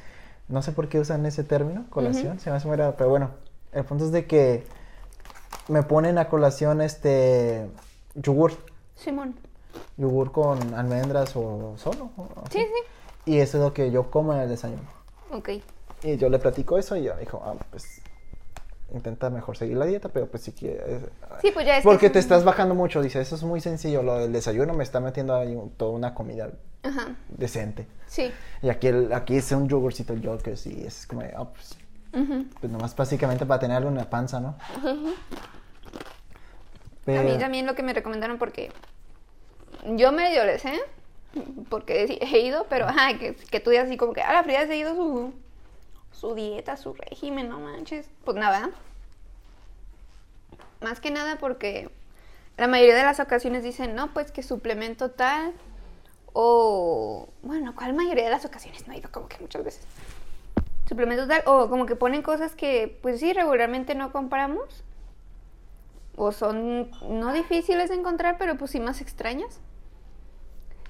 [SPEAKER 1] No sé por qué usan ese término, colación, se me hace muy raro, pero bueno, el punto es de que me ponen a colación este yogur,
[SPEAKER 2] Simón.
[SPEAKER 1] yogur con almendras o solo. o- o
[SPEAKER 2] Sí,
[SPEAKER 1] así.
[SPEAKER 2] sí.
[SPEAKER 1] Y eso es lo que yo como en el desayuno.
[SPEAKER 2] Ok.
[SPEAKER 1] Y yo le platico eso y yo dijo, ah, pues intenta mejor seguir la dieta, pero pues si quieres...
[SPEAKER 2] Sí, pues ya es que
[SPEAKER 1] Porque
[SPEAKER 2] es
[SPEAKER 1] te
[SPEAKER 2] un-
[SPEAKER 1] estás bajando mucho, dice, eso es muy sencillo, lo del desayuno me está metiendo ahí un- toda una comida
[SPEAKER 2] Ajá.
[SPEAKER 1] decente.
[SPEAKER 2] Sí.
[SPEAKER 1] Y aquí, el- aquí es un yogurcito Yorkers y es como, ah, pues, pues nomás básicamente para tener algo en la panza, ¿no?
[SPEAKER 2] A mí
[SPEAKER 1] Pero-
[SPEAKER 2] también lo que me recomendaron porque yo medio les sé, porque he- he ido, pero ajá, que, que tú digas así como que, ah, la Frida se ha ido su, su dieta, su régimen, no manches. Pues nada. Más que nada porque la mayoría de las ocasiones dicen, no, pues que suplemento tal, o bueno, cual mayoría de las ocasiones no he ido como que muchas veces. Suplementos tal, o como que ponen cosas que pues sí regularmente no compramos o son no difíciles de encontrar, pero pues sí más extrañas.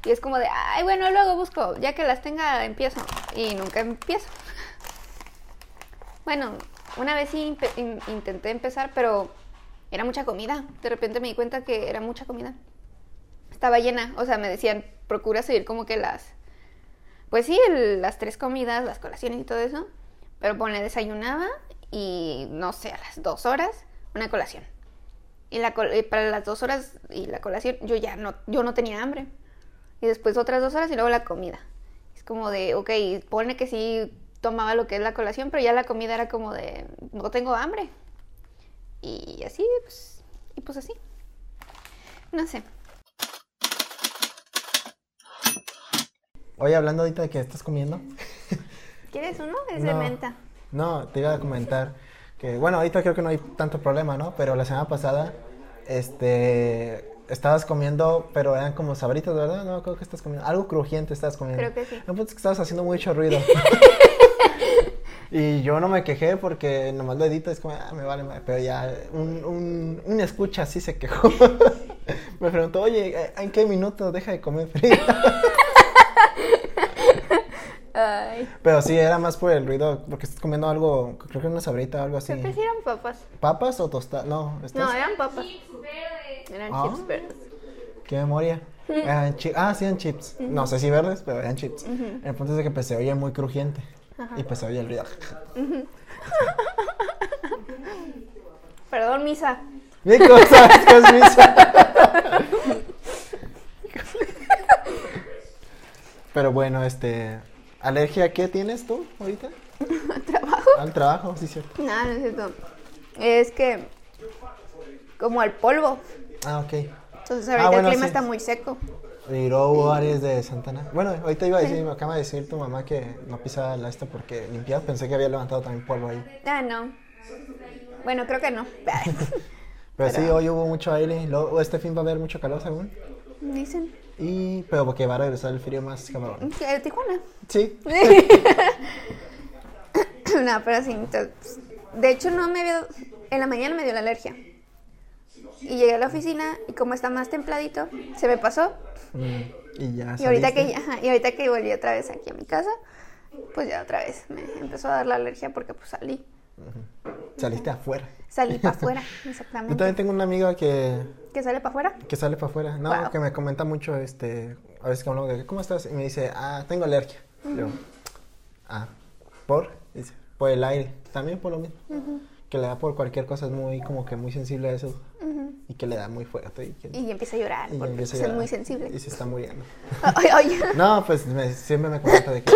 [SPEAKER 2] Y es como de, ay, bueno, luego busco, ya que las tenga empiezo y nunca empiezo. *laughs* Bueno, una vez sí impe- in- intenté empezar, pero era mucha comida. De repente me di cuenta que era mucha comida estaba llena. O sea, me decían, procura seguir como que las. Pues sí, el- las tres comidas, las colaciones y todo eso. Pero ponle, desayunaba y no sé, a las dos horas, una colación. Y, la col- y para las dos horas y la colación, yo ya no, yo no tenía hambre. Y después otras dos horas y luego la comida. Es como de, ok, pone que sí tomaba lo que es la colación, pero ya la comida era como de, no tengo hambre. Y así, pues, y pues así. No sé.
[SPEAKER 1] Oye, hablando ahorita de que estás comiendo.
[SPEAKER 2] ¿Quieres uno? Es de
[SPEAKER 1] No.
[SPEAKER 2] menta.
[SPEAKER 1] No, te iba a comentar que, bueno, ahorita creo que no hay tanto problema, ¿no? Pero la semana pasada, este, estabas comiendo, pero eran como sabritas, ¿verdad? No, creo que estás comiendo, algo crujiente estabas comiendo.
[SPEAKER 2] Creo que sí.
[SPEAKER 1] No, pues que estabas haciendo mucho
[SPEAKER 2] *laughs*
[SPEAKER 1] ruido. y yo no me quejé porque nomás lo edito, es como, ah, me vale, madre", pero ya, un, un, un escucha así se quejó. *laughs* me preguntó, oye, ¿en qué minuto deja de comer frita? *laughs*
[SPEAKER 2] Ay,
[SPEAKER 1] pero sí, era más por el ruido, porque estás comiendo algo, creo que una sabrita o algo así.
[SPEAKER 2] creo que sí eran papas.
[SPEAKER 1] ¿Papas o tostadas? No, estas-
[SPEAKER 2] No, eh. eran papas. Eran
[SPEAKER 1] Ah.
[SPEAKER 2] chips verdes.
[SPEAKER 1] ¿Qué memoria? Eran chi- ah, sí, eran chips. No sé si verdes, pero eran chips. El punto es de que pues, se oye muy crujiente. Y pues se oye el ruido. *laughs*
[SPEAKER 2] Perdón, misa.
[SPEAKER 1] Nico, *laughs* ¿sabes qué es misa? pero bueno, este... ¿Alergia qué tienes tú
[SPEAKER 2] *laughs*
[SPEAKER 1] ahorita?
[SPEAKER 2] ¿Trabajo?
[SPEAKER 1] Al trabajo, sí, cierto.
[SPEAKER 2] No, no es cierto. Es que. Como al polvo.
[SPEAKER 1] Ah, ok.
[SPEAKER 2] Entonces
[SPEAKER 1] Ah,
[SPEAKER 2] ahorita
[SPEAKER 1] bueno,
[SPEAKER 2] el clima
[SPEAKER 1] sí.
[SPEAKER 2] está muy seco.
[SPEAKER 1] Y luego Aries de Santana. Bueno, ahorita iba a decir, me acaba de decir tu mamá que no pisaba la esta porque limpiaba. Pensé que había levantado también polvo ahí.
[SPEAKER 2] Ah, no. Bueno, creo que no.
[SPEAKER 1] Pero, sí, hoy hubo mucho aire. Luego, este fin va a haber mucho calor, según.
[SPEAKER 2] *laughs* Dicen.
[SPEAKER 1] Y, pero porque va a regresar el frío más cabrón.
[SPEAKER 2] que de *laughs* Tijuana.
[SPEAKER 1] Sí.
[SPEAKER 2] no, pero sí. entonces, pues, de hecho, no me dio. En la mañana me dio la alergia. Y llegué a la oficina y como está más templadito, se me pasó
[SPEAKER 1] Mm, Y ya.
[SPEAKER 2] Y ahorita, que,
[SPEAKER 1] saliste.
[SPEAKER 2] ya- ajá, y ahorita que volví otra vez aquí a mi casa, pues ya otra vez me empezó a dar la alergia porque pues salí.
[SPEAKER 1] Saliste afuera. *laughs*
[SPEAKER 2] Salí para afuera,
[SPEAKER 1] Yo
[SPEAKER 2] exactamente.
[SPEAKER 1] también tengo una amiga que,
[SPEAKER 2] ¿Que sale para afuera?
[SPEAKER 1] que sale para afuera. No,
[SPEAKER 2] Wow.
[SPEAKER 1] que me comenta mucho, este, a veces que hablamos de, ¿cómo estás? Y me dice, ah, tengo alergia. Y yo, ah, ¿por? Dice, por el aire. También por lo mismo. Que le da por cualquier cosa, es muy, como que muy sensible a eso. Y que le da muy fuerte. Y que,
[SPEAKER 2] Y empieza a llorar
[SPEAKER 1] y
[SPEAKER 2] porque
[SPEAKER 1] empieza a
[SPEAKER 2] pues, es
[SPEAKER 1] llorar.
[SPEAKER 2] muy sensible.
[SPEAKER 1] Y se está muriendo.
[SPEAKER 2] *laughs* Ay, ay, ay.
[SPEAKER 1] No, pues me- siempre me comenta de que,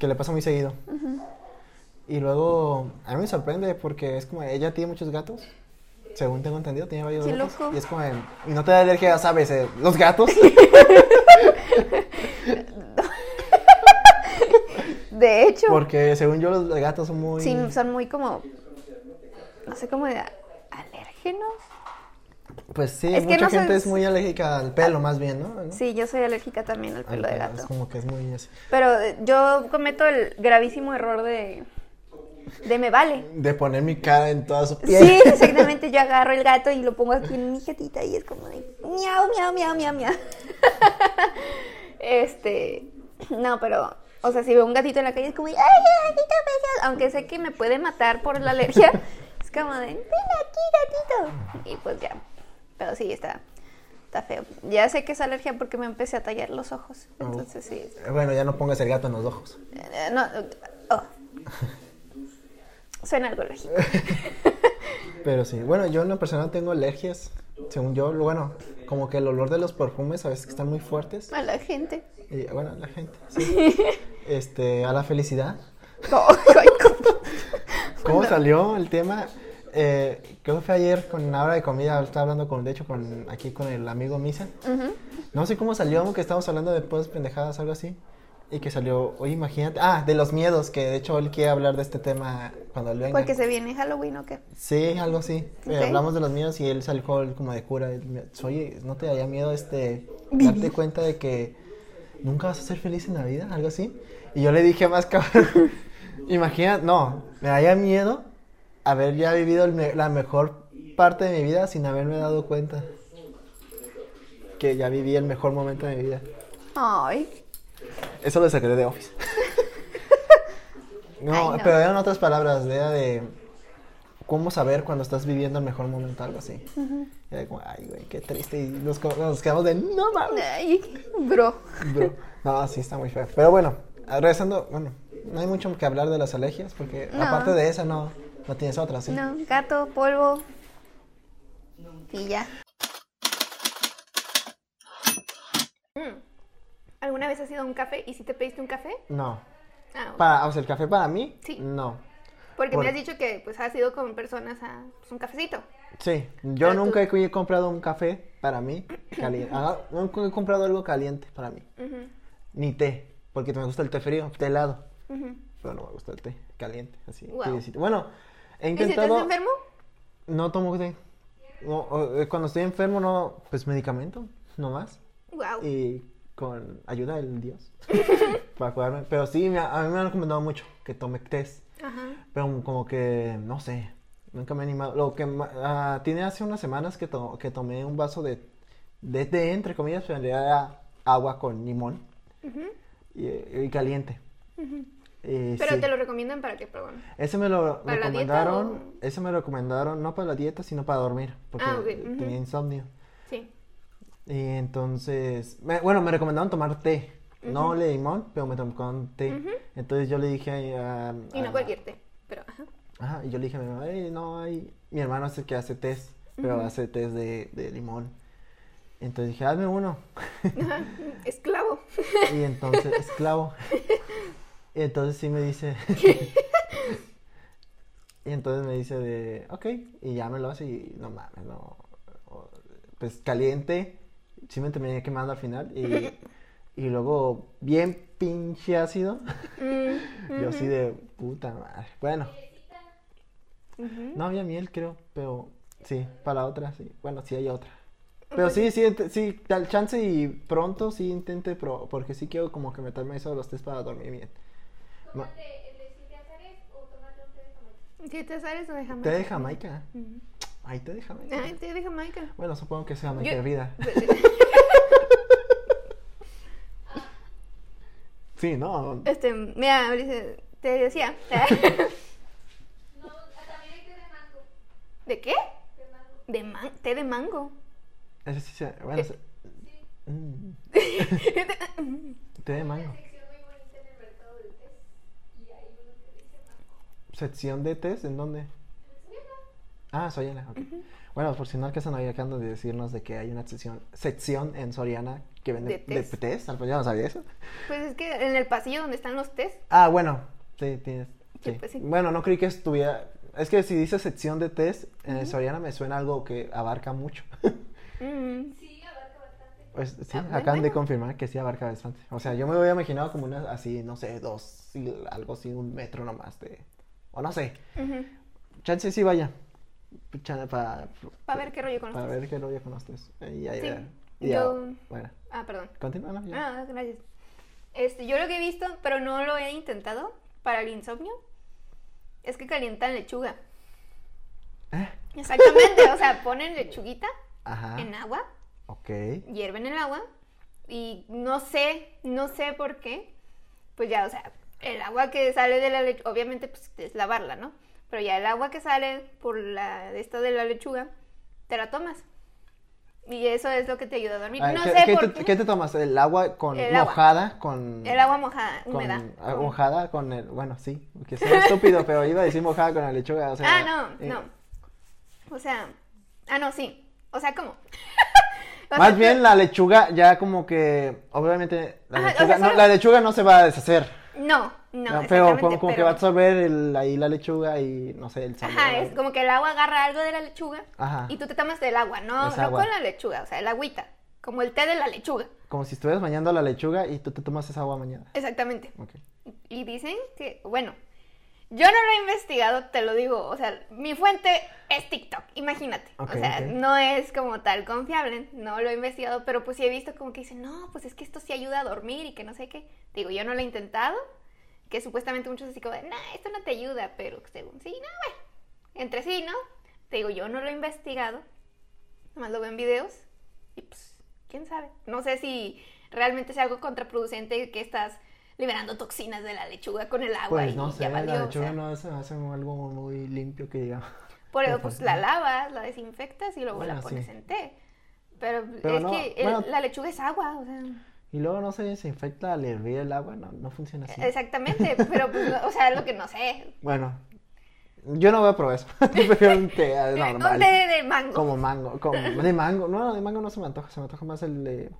[SPEAKER 1] que le pasa muy seguido. Y luego, a mí me sorprende porque es como, ella tiene muchos gatos. Según tengo entendido, tiene varios
[SPEAKER 2] Qué
[SPEAKER 1] gatos.
[SPEAKER 2] loco.
[SPEAKER 1] Y es como, de, y no te da alergia, ya sabes, eh, los
[SPEAKER 2] *laughs*
[SPEAKER 1] gatos.
[SPEAKER 2] De hecho,
[SPEAKER 1] porque según yo, los gatos son muy.
[SPEAKER 2] sí, son muy como, no sé cómo, de a- alérgenos.
[SPEAKER 1] Pues sí,
[SPEAKER 2] Es que
[SPEAKER 1] mucha
[SPEAKER 2] no
[SPEAKER 1] gente
[SPEAKER 2] sé-
[SPEAKER 1] es muy alérgica al pelo, más bien, ¿no? ¿No?
[SPEAKER 2] Sí, yo soy alérgica también al
[SPEAKER 1] Al
[SPEAKER 2] pelo de
[SPEAKER 1] pelo, Es
[SPEAKER 2] gato.
[SPEAKER 1] como que es muy así.
[SPEAKER 2] Pero eh, yo cometo el gravísimo error de, de me vale.
[SPEAKER 1] De poner mi cara en toda su piel. *laughs*
[SPEAKER 2] Sí, exactamente. Yo agarro el gato y lo pongo aquí en mi jetita y es como de miau, miau, miau, miau, *laughs* miau. este, no, pero, o sea, si veo un gatito en la calle es como, de, ay, gatito, precioso", Aunque sé que me puede matar por la alergia, *laughs* es como de, ven aquí, gatito. Y pues ya, pero sí, está, está feo. Ya sé que es alergia porque me empecé a tallar los ojos.
[SPEAKER 1] Oh.
[SPEAKER 2] Entonces sí, es-
[SPEAKER 1] Bueno, ya no pongas el gato en los ojos.
[SPEAKER 2] eh, no, oh. Suena
[SPEAKER 1] *laughs*
[SPEAKER 2] algo lógico.
[SPEAKER 1] Pero sí, bueno, yo en la persona tengo alergias. Según yo, bueno, como que el olor de los perfumes a veces que están muy fuertes.
[SPEAKER 2] A la gente.
[SPEAKER 1] Y bueno, a la gente, sí. Este, a la felicidad.
[SPEAKER 2] No, ay, ¿cómo?
[SPEAKER 1] ¿Cómo salió el tema? Eh, creo que fue ayer con la hora de comida, estaba hablando con, de hecho, con aquí con el amigo Misa. No sé cómo salió, que estábamos hablando de puras pendejadas, algo así. Y que salió, oye, imagínate, ah, de los miedos, que de hecho él quiere hablar de este tema cuando él venga.
[SPEAKER 2] Porque se viene Halloween o qué.
[SPEAKER 1] Sí, algo así. Eh,
[SPEAKER 2] Ok.
[SPEAKER 1] hablamos de los miedos y él salió como de cura. Él me- Oye, ¿no te daría miedo este darte cuenta de que ¿nunca vas a ser feliz en la vida? Algo así. Y yo le dije más *laughs* cabrón, imagina, no, me daría miedo haber ya vivido el me- la mejor parte de mi vida sin haberme dado cuenta que ya viví el mejor momento de mi vida.
[SPEAKER 2] Ay,
[SPEAKER 1] Eso lo sacaré de
[SPEAKER 2] *laughs*
[SPEAKER 1] Office. no,
[SPEAKER 2] Ay, no.
[SPEAKER 1] pero eran otras palabras, era de cómo saber cuando estás viviendo el mejor momento, algo así. Era como, ay, güey, qué triste. Y nos, co- nos quedamos de, no
[SPEAKER 2] *laughs*
[SPEAKER 1] mames,
[SPEAKER 2] ay, bro.
[SPEAKER 1] bro. No, sí, está muy feo. Pero bueno, regresando, bueno, no hay mucho que hablar de las alergias, porque
[SPEAKER 2] No.
[SPEAKER 1] aparte de esa, no, no tienes otra, ¿sí?
[SPEAKER 2] No, gato, polvo. Y ya. Mm. ¿Alguna vez has ido a un café y si te pediste un café?
[SPEAKER 1] No.
[SPEAKER 2] Ah, ok.
[SPEAKER 1] Para, o sea, el café para mí,
[SPEAKER 2] Sí.
[SPEAKER 1] no.
[SPEAKER 2] Porque
[SPEAKER 1] por-
[SPEAKER 2] me has dicho que pues has ido con personas a pues, un cafecito.
[SPEAKER 1] Sí, yo
[SPEAKER 2] Pero tú-
[SPEAKER 1] nunca he comprado un café para mí caliente. Ah, nunca he comprado algo caliente para mí.
[SPEAKER 2] Ujú,
[SPEAKER 1] Ni té, porque me gusta el té frío, té helado.
[SPEAKER 2] ujú.
[SPEAKER 1] Pero no me gusta el té caliente, así.
[SPEAKER 2] Guau.
[SPEAKER 1] tibiecito. Bueno, he
[SPEAKER 2] ¿Y si estás
[SPEAKER 1] intentado.
[SPEAKER 2] enfermo?
[SPEAKER 1] No tomo té. No, o- eh, cuando estoy enfermo, no, pues medicamento, nomás.
[SPEAKER 2] Wow.
[SPEAKER 1] Y con ayuda del
[SPEAKER 2] *laughs*
[SPEAKER 1] Dios. para cuidarme. Pero sí, me- a mí me han recomendado mucho que tome té.
[SPEAKER 2] Ajá.
[SPEAKER 1] Pero como que, no sé, nunca me he animado. Lo que ma- ah, tiene hace unas semanas que, to- que tomé un vaso de, de, de, entre comillas, pero en realidad era agua con limón y, y caliente. Y
[SPEAKER 2] Pero
[SPEAKER 1] sí,
[SPEAKER 2] te lo recomiendan para que, perdón.
[SPEAKER 1] Ese me lo
[SPEAKER 2] ¿Para la dieta
[SPEAKER 1] recomendaron,
[SPEAKER 2] o-
[SPEAKER 1] ese me lo recomendaron no para la dieta, sino para dormir, porque
[SPEAKER 2] Ah, ok,
[SPEAKER 1] tenía
[SPEAKER 2] ujú.
[SPEAKER 1] insomnio.
[SPEAKER 2] Sí.
[SPEAKER 1] Y entonces, me- bueno, me recomendaron tomar té. No le limón, pero me tomaron té. Entonces yo le dije a...
[SPEAKER 2] Y no
[SPEAKER 1] a-
[SPEAKER 2] cualquier té. Pero, ajá.
[SPEAKER 1] Ajá, y yo le dije a mi mamá, "Ey, no, hay... mi hermano es el que hace test, pero hace test de, de limón. Entonces dije, hazme uno.
[SPEAKER 2] Ajá, *laughs* Esclavo.
[SPEAKER 1] y entonces, esclavo. y entonces sí me dice... *laughs* y entonces me dice de, ok, y ya me lo hace y no mames, no. o- Pues caliente, sí me terminé quemando al final y, y luego bien pinche ácido.
[SPEAKER 2] Mm,
[SPEAKER 1] Yo así de puta madre. Bueno,
[SPEAKER 2] ujú.
[SPEAKER 1] no había miel, creo, pero sí, para otra, sí. Bueno, sí hay otra. Pero sí, sí, ent- sí, tal chance y pronto sí intente, pro- porque sí quiero como que meterme eso de los test para dormir bien. Ma-
[SPEAKER 2] Sí, te sales o de Jamaica?
[SPEAKER 1] Té de Jamaica.
[SPEAKER 2] Ujú.
[SPEAKER 1] Ay, té de Jamaica.
[SPEAKER 2] Ay, te
[SPEAKER 1] *laughs*
[SPEAKER 2] de Jamaica.
[SPEAKER 1] Bueno, supongo que sea Jamaica
[SPEAKER 2] Yo- *laughs*
[SPEAKER 1] hervida. Sí, ¿no?
[SPEAKER 2] Este, mira, Ulises, te
[SPEAKER 1] *laughs*
[SPEAKER 2] decía. ¿De qué? De man té de mango.
[SPEAKER 1] Ese sí se... Bueno,
[SPEAKER 2] Eh.
[SPEAKER 1] se- Mm, *laughs* té de mango. ¿Sección de test? ¿En dónde? Ah, Soriana, ok. Bueno, por si no alcanzan a ir acaban de decirnos de que hay una sección, sección en Soriana que vende
[SPEAKER 2] De
[SPEAKER 1] de
[SPEAKER 2] test.
[SPEAKER 1] test, al yo no sabía eso.
[SPEAKER 2] Pues es que en el pasillo donde están los tés.
[SPEAKER 1] Ah, bueno, sí, tienes. sí.
[SPEAKER 2] Sí, pues sí.
[SPEAKER 1] Bueno, no creí que estuviera. Es que si dice sección de test, en el Soriana me suena algo que abarca mucho. *laughs*
[SPEAKER 2] Mm,
[SPEAKER 1] Pues sí,
[SPEAKER 2] Ah, bueno,
[SPEAKER 1] acaban de
[SPEAKER 2] bueno.
[SPEAKER 1] confirmar que sí abarca bastante. O sea, yo me había imaginado como una así, no sé, dos, y algo así, un metro nomás de. O no sé.
[SPEAKER 2] ujú.
[SPEAKER 1] Chance sí vaya. Chance para.
[SPEAKER 2] Pa' ver qué rollo con los
[SPEAKER 1] Para
[SPEAKER 2] test.
[SPEAKER 1] ver qué rollo con los test. Y ya,
[SPEAKER 2] Sí,
[SPEAKER 1] ya.
[SPEAKER 2] yo-
[SPEAKER 1] ya, Bueno,
[SPEAKER 2] Ah, perdón.
[SPEAKER 1] continúa, ¿no? Ya.
[SPEAKER 2] Ah, gracias. Este, yo lo que he visto, pero no lo he intentado para el insomnio, es que calientan lechuga. Ah.
[SPEAKER 1] ¿Eh?
[SPEAKER 2] Exactamente, o sea, ponen lechuguita
[SPEAKER 1] Ajá.
[SPEAKER 2] en agua,
[SPEAKER 1] Ok.
[SPEAKER 2] hierven el agua y no sé, no sé por qué, pues ya, o sea, el agua que sale de la lechuga, obviamente pues es lavarla, ¿no? Pero ya el agua que sale por la de esta de la lechuga, te la tomas. Y eso es lo que te ayuda a dormir.
[SPEAKER 1] Ah,
[SPEAKER 2] no
[SPEAKER 1] ¿qué,
[SPEAKER 2] sé
[SPEAKER 1] qué
[SPEAKER 2] por
[SPEAKER 1] te,
[SPEAKER 2] qué.
[SPEAKER 1] qué te tomas? ¿El agua con
[SPEAKER 2] El agua.
[SPEAKER 1] mojada? Con,
[SPEAKER 2] El agua mojada,
[SPEAKER 1] con-
[SPEAKER 2] húmeda.
[SPEAKER 1] ah,
[SPEAKER 2] Con-
[SPEAKER 1] mojada con el. Bueno, sí, que sea *laughs* estúpido, pero iba a decir mojada con la lechuga. O sea,
[SPEAKER 2] ah, no,
[SPEAKER 1] eh,
[SPEAKER 2] no. O sea, ah, no, sí. O sea, ¿cómo? *laughs* O sea,
[SPEAKER 1] Más
[SPEAKER 2] tú-
[SPEAKER 1] bien la lechuga ya como que. Obviamente, la,
[SPEAKER 2] Ajá, o
[SPEAKER 1] lechuga,
[SPEAKER 2] sea,
[SPEAKER 1] no,
[SPEAKER 2] solo-
[SPEAKER 1] la lechuga no se va a deshacer.
[SPEAKER 2] No, no,
[SPEAKER 1] ¿no? pero
[SPEAKER 2] exactamente,
[SPEAKER 1] como, como que
[SPEAKER 2] pero-
[SPEAKER 1] va a absorber el- ahí la lechuga y no sé, el sabor.
[SPEAKER 2] Ajá, es como que el agua agarra algo de la lechuga
[SPEAKER 1] Ajá.
[SPEAKER 2] y tú te tomas del agua, no,
[SPEAKER 1] Es
[SPEAKER 2] no
[SPEAKER 1] agua.
[SPEAKER 2] con la lechuga, o sea, el agüita, como el té de la lechuga.
[SPEAKER 1] Como si estuvieras bañando la lechuga y tú te tomas esa agua mañana.
[SPEAKER 2] Exactamente.
[SPEAKER 1] Ok.
[SPEAKER 2] Y dicen que, bueno, Yo no lo he investigado, te lo digo. O sea, mi fuente es TikTok, imagínate.
[SPEAKER 1] Ok,
[SPEAKER 2] o sea,
[SPEAKER 1] ok.
[SPEAKER 2] no es como tal confiable, no lo he investigado, pero pues sí he visto como que dicen, no, pues es que esto sí ayuda a dormir y que no sé qué. Digo, yo no lo he intentado, que supuestamente muchos así como, de, nah, esto no te ayuda, pero según sí, no, bueno, entre sí, ¿no? Te digo, yo no lo he investigado, nomás lo veo en videos y pues, quién sabe. No sé si realmente es algo contraproducente que estás liberando toxinas de la lechuga con el agua
[SPEAKER 1] Pues
[SPEAKER 2] y
[SPEAKER 1] no sé,
[SPEAKER 2] ya valió,
[SPEAKER 1] la
[SPEAKER 2] o
[SPEAKER 1] lechuga
[SPEAKER 2] sea.
[SPEAKER 1] no se me hace algo muy limpio que digamos.
[SPEAKER 2] Por eso,
[SPEAKER 1] Pero,
[SPEAKER 2] pues
[SPEAKER 1] pues,
[SPEAKER 2] la
[SPEAKER 1] no.
[SPEAKER 2] lavas, la desinfectas y luego la
[SPEAKER 1] Bueno,
[SPEAKER 2] pones
[SPEAKER 1] sí.
[SPEAKER 2] en té. Pero,
[SPEAKER 1] Pero
[SPEAKER 2] es
[SPEAKER 1] no,
[SPEAKER 2] que el-
[SPEAKER 1] bueno.
[SPEAKER 2] la lechuga es agua, o sea,
[SPEAKER 1] *laughs* Y luego no se desinfecta al hervir el agua, no, no funciona así.
[SPEAKER 2] exactamente, pero pues, no, o sea, lo que no sé.
[SPEAKER 1] Bueno, yo no voy a probar eso. *laughs* Prefiero un té eh,
[SPEAKER 2] *laughs* Un
[SPEAKER 1] normal.
[SPEAKER 2] té de mango.
[SPEAKER 1] Como mango, como de mango. No, de mango no se me antoja, se me antoja más el de...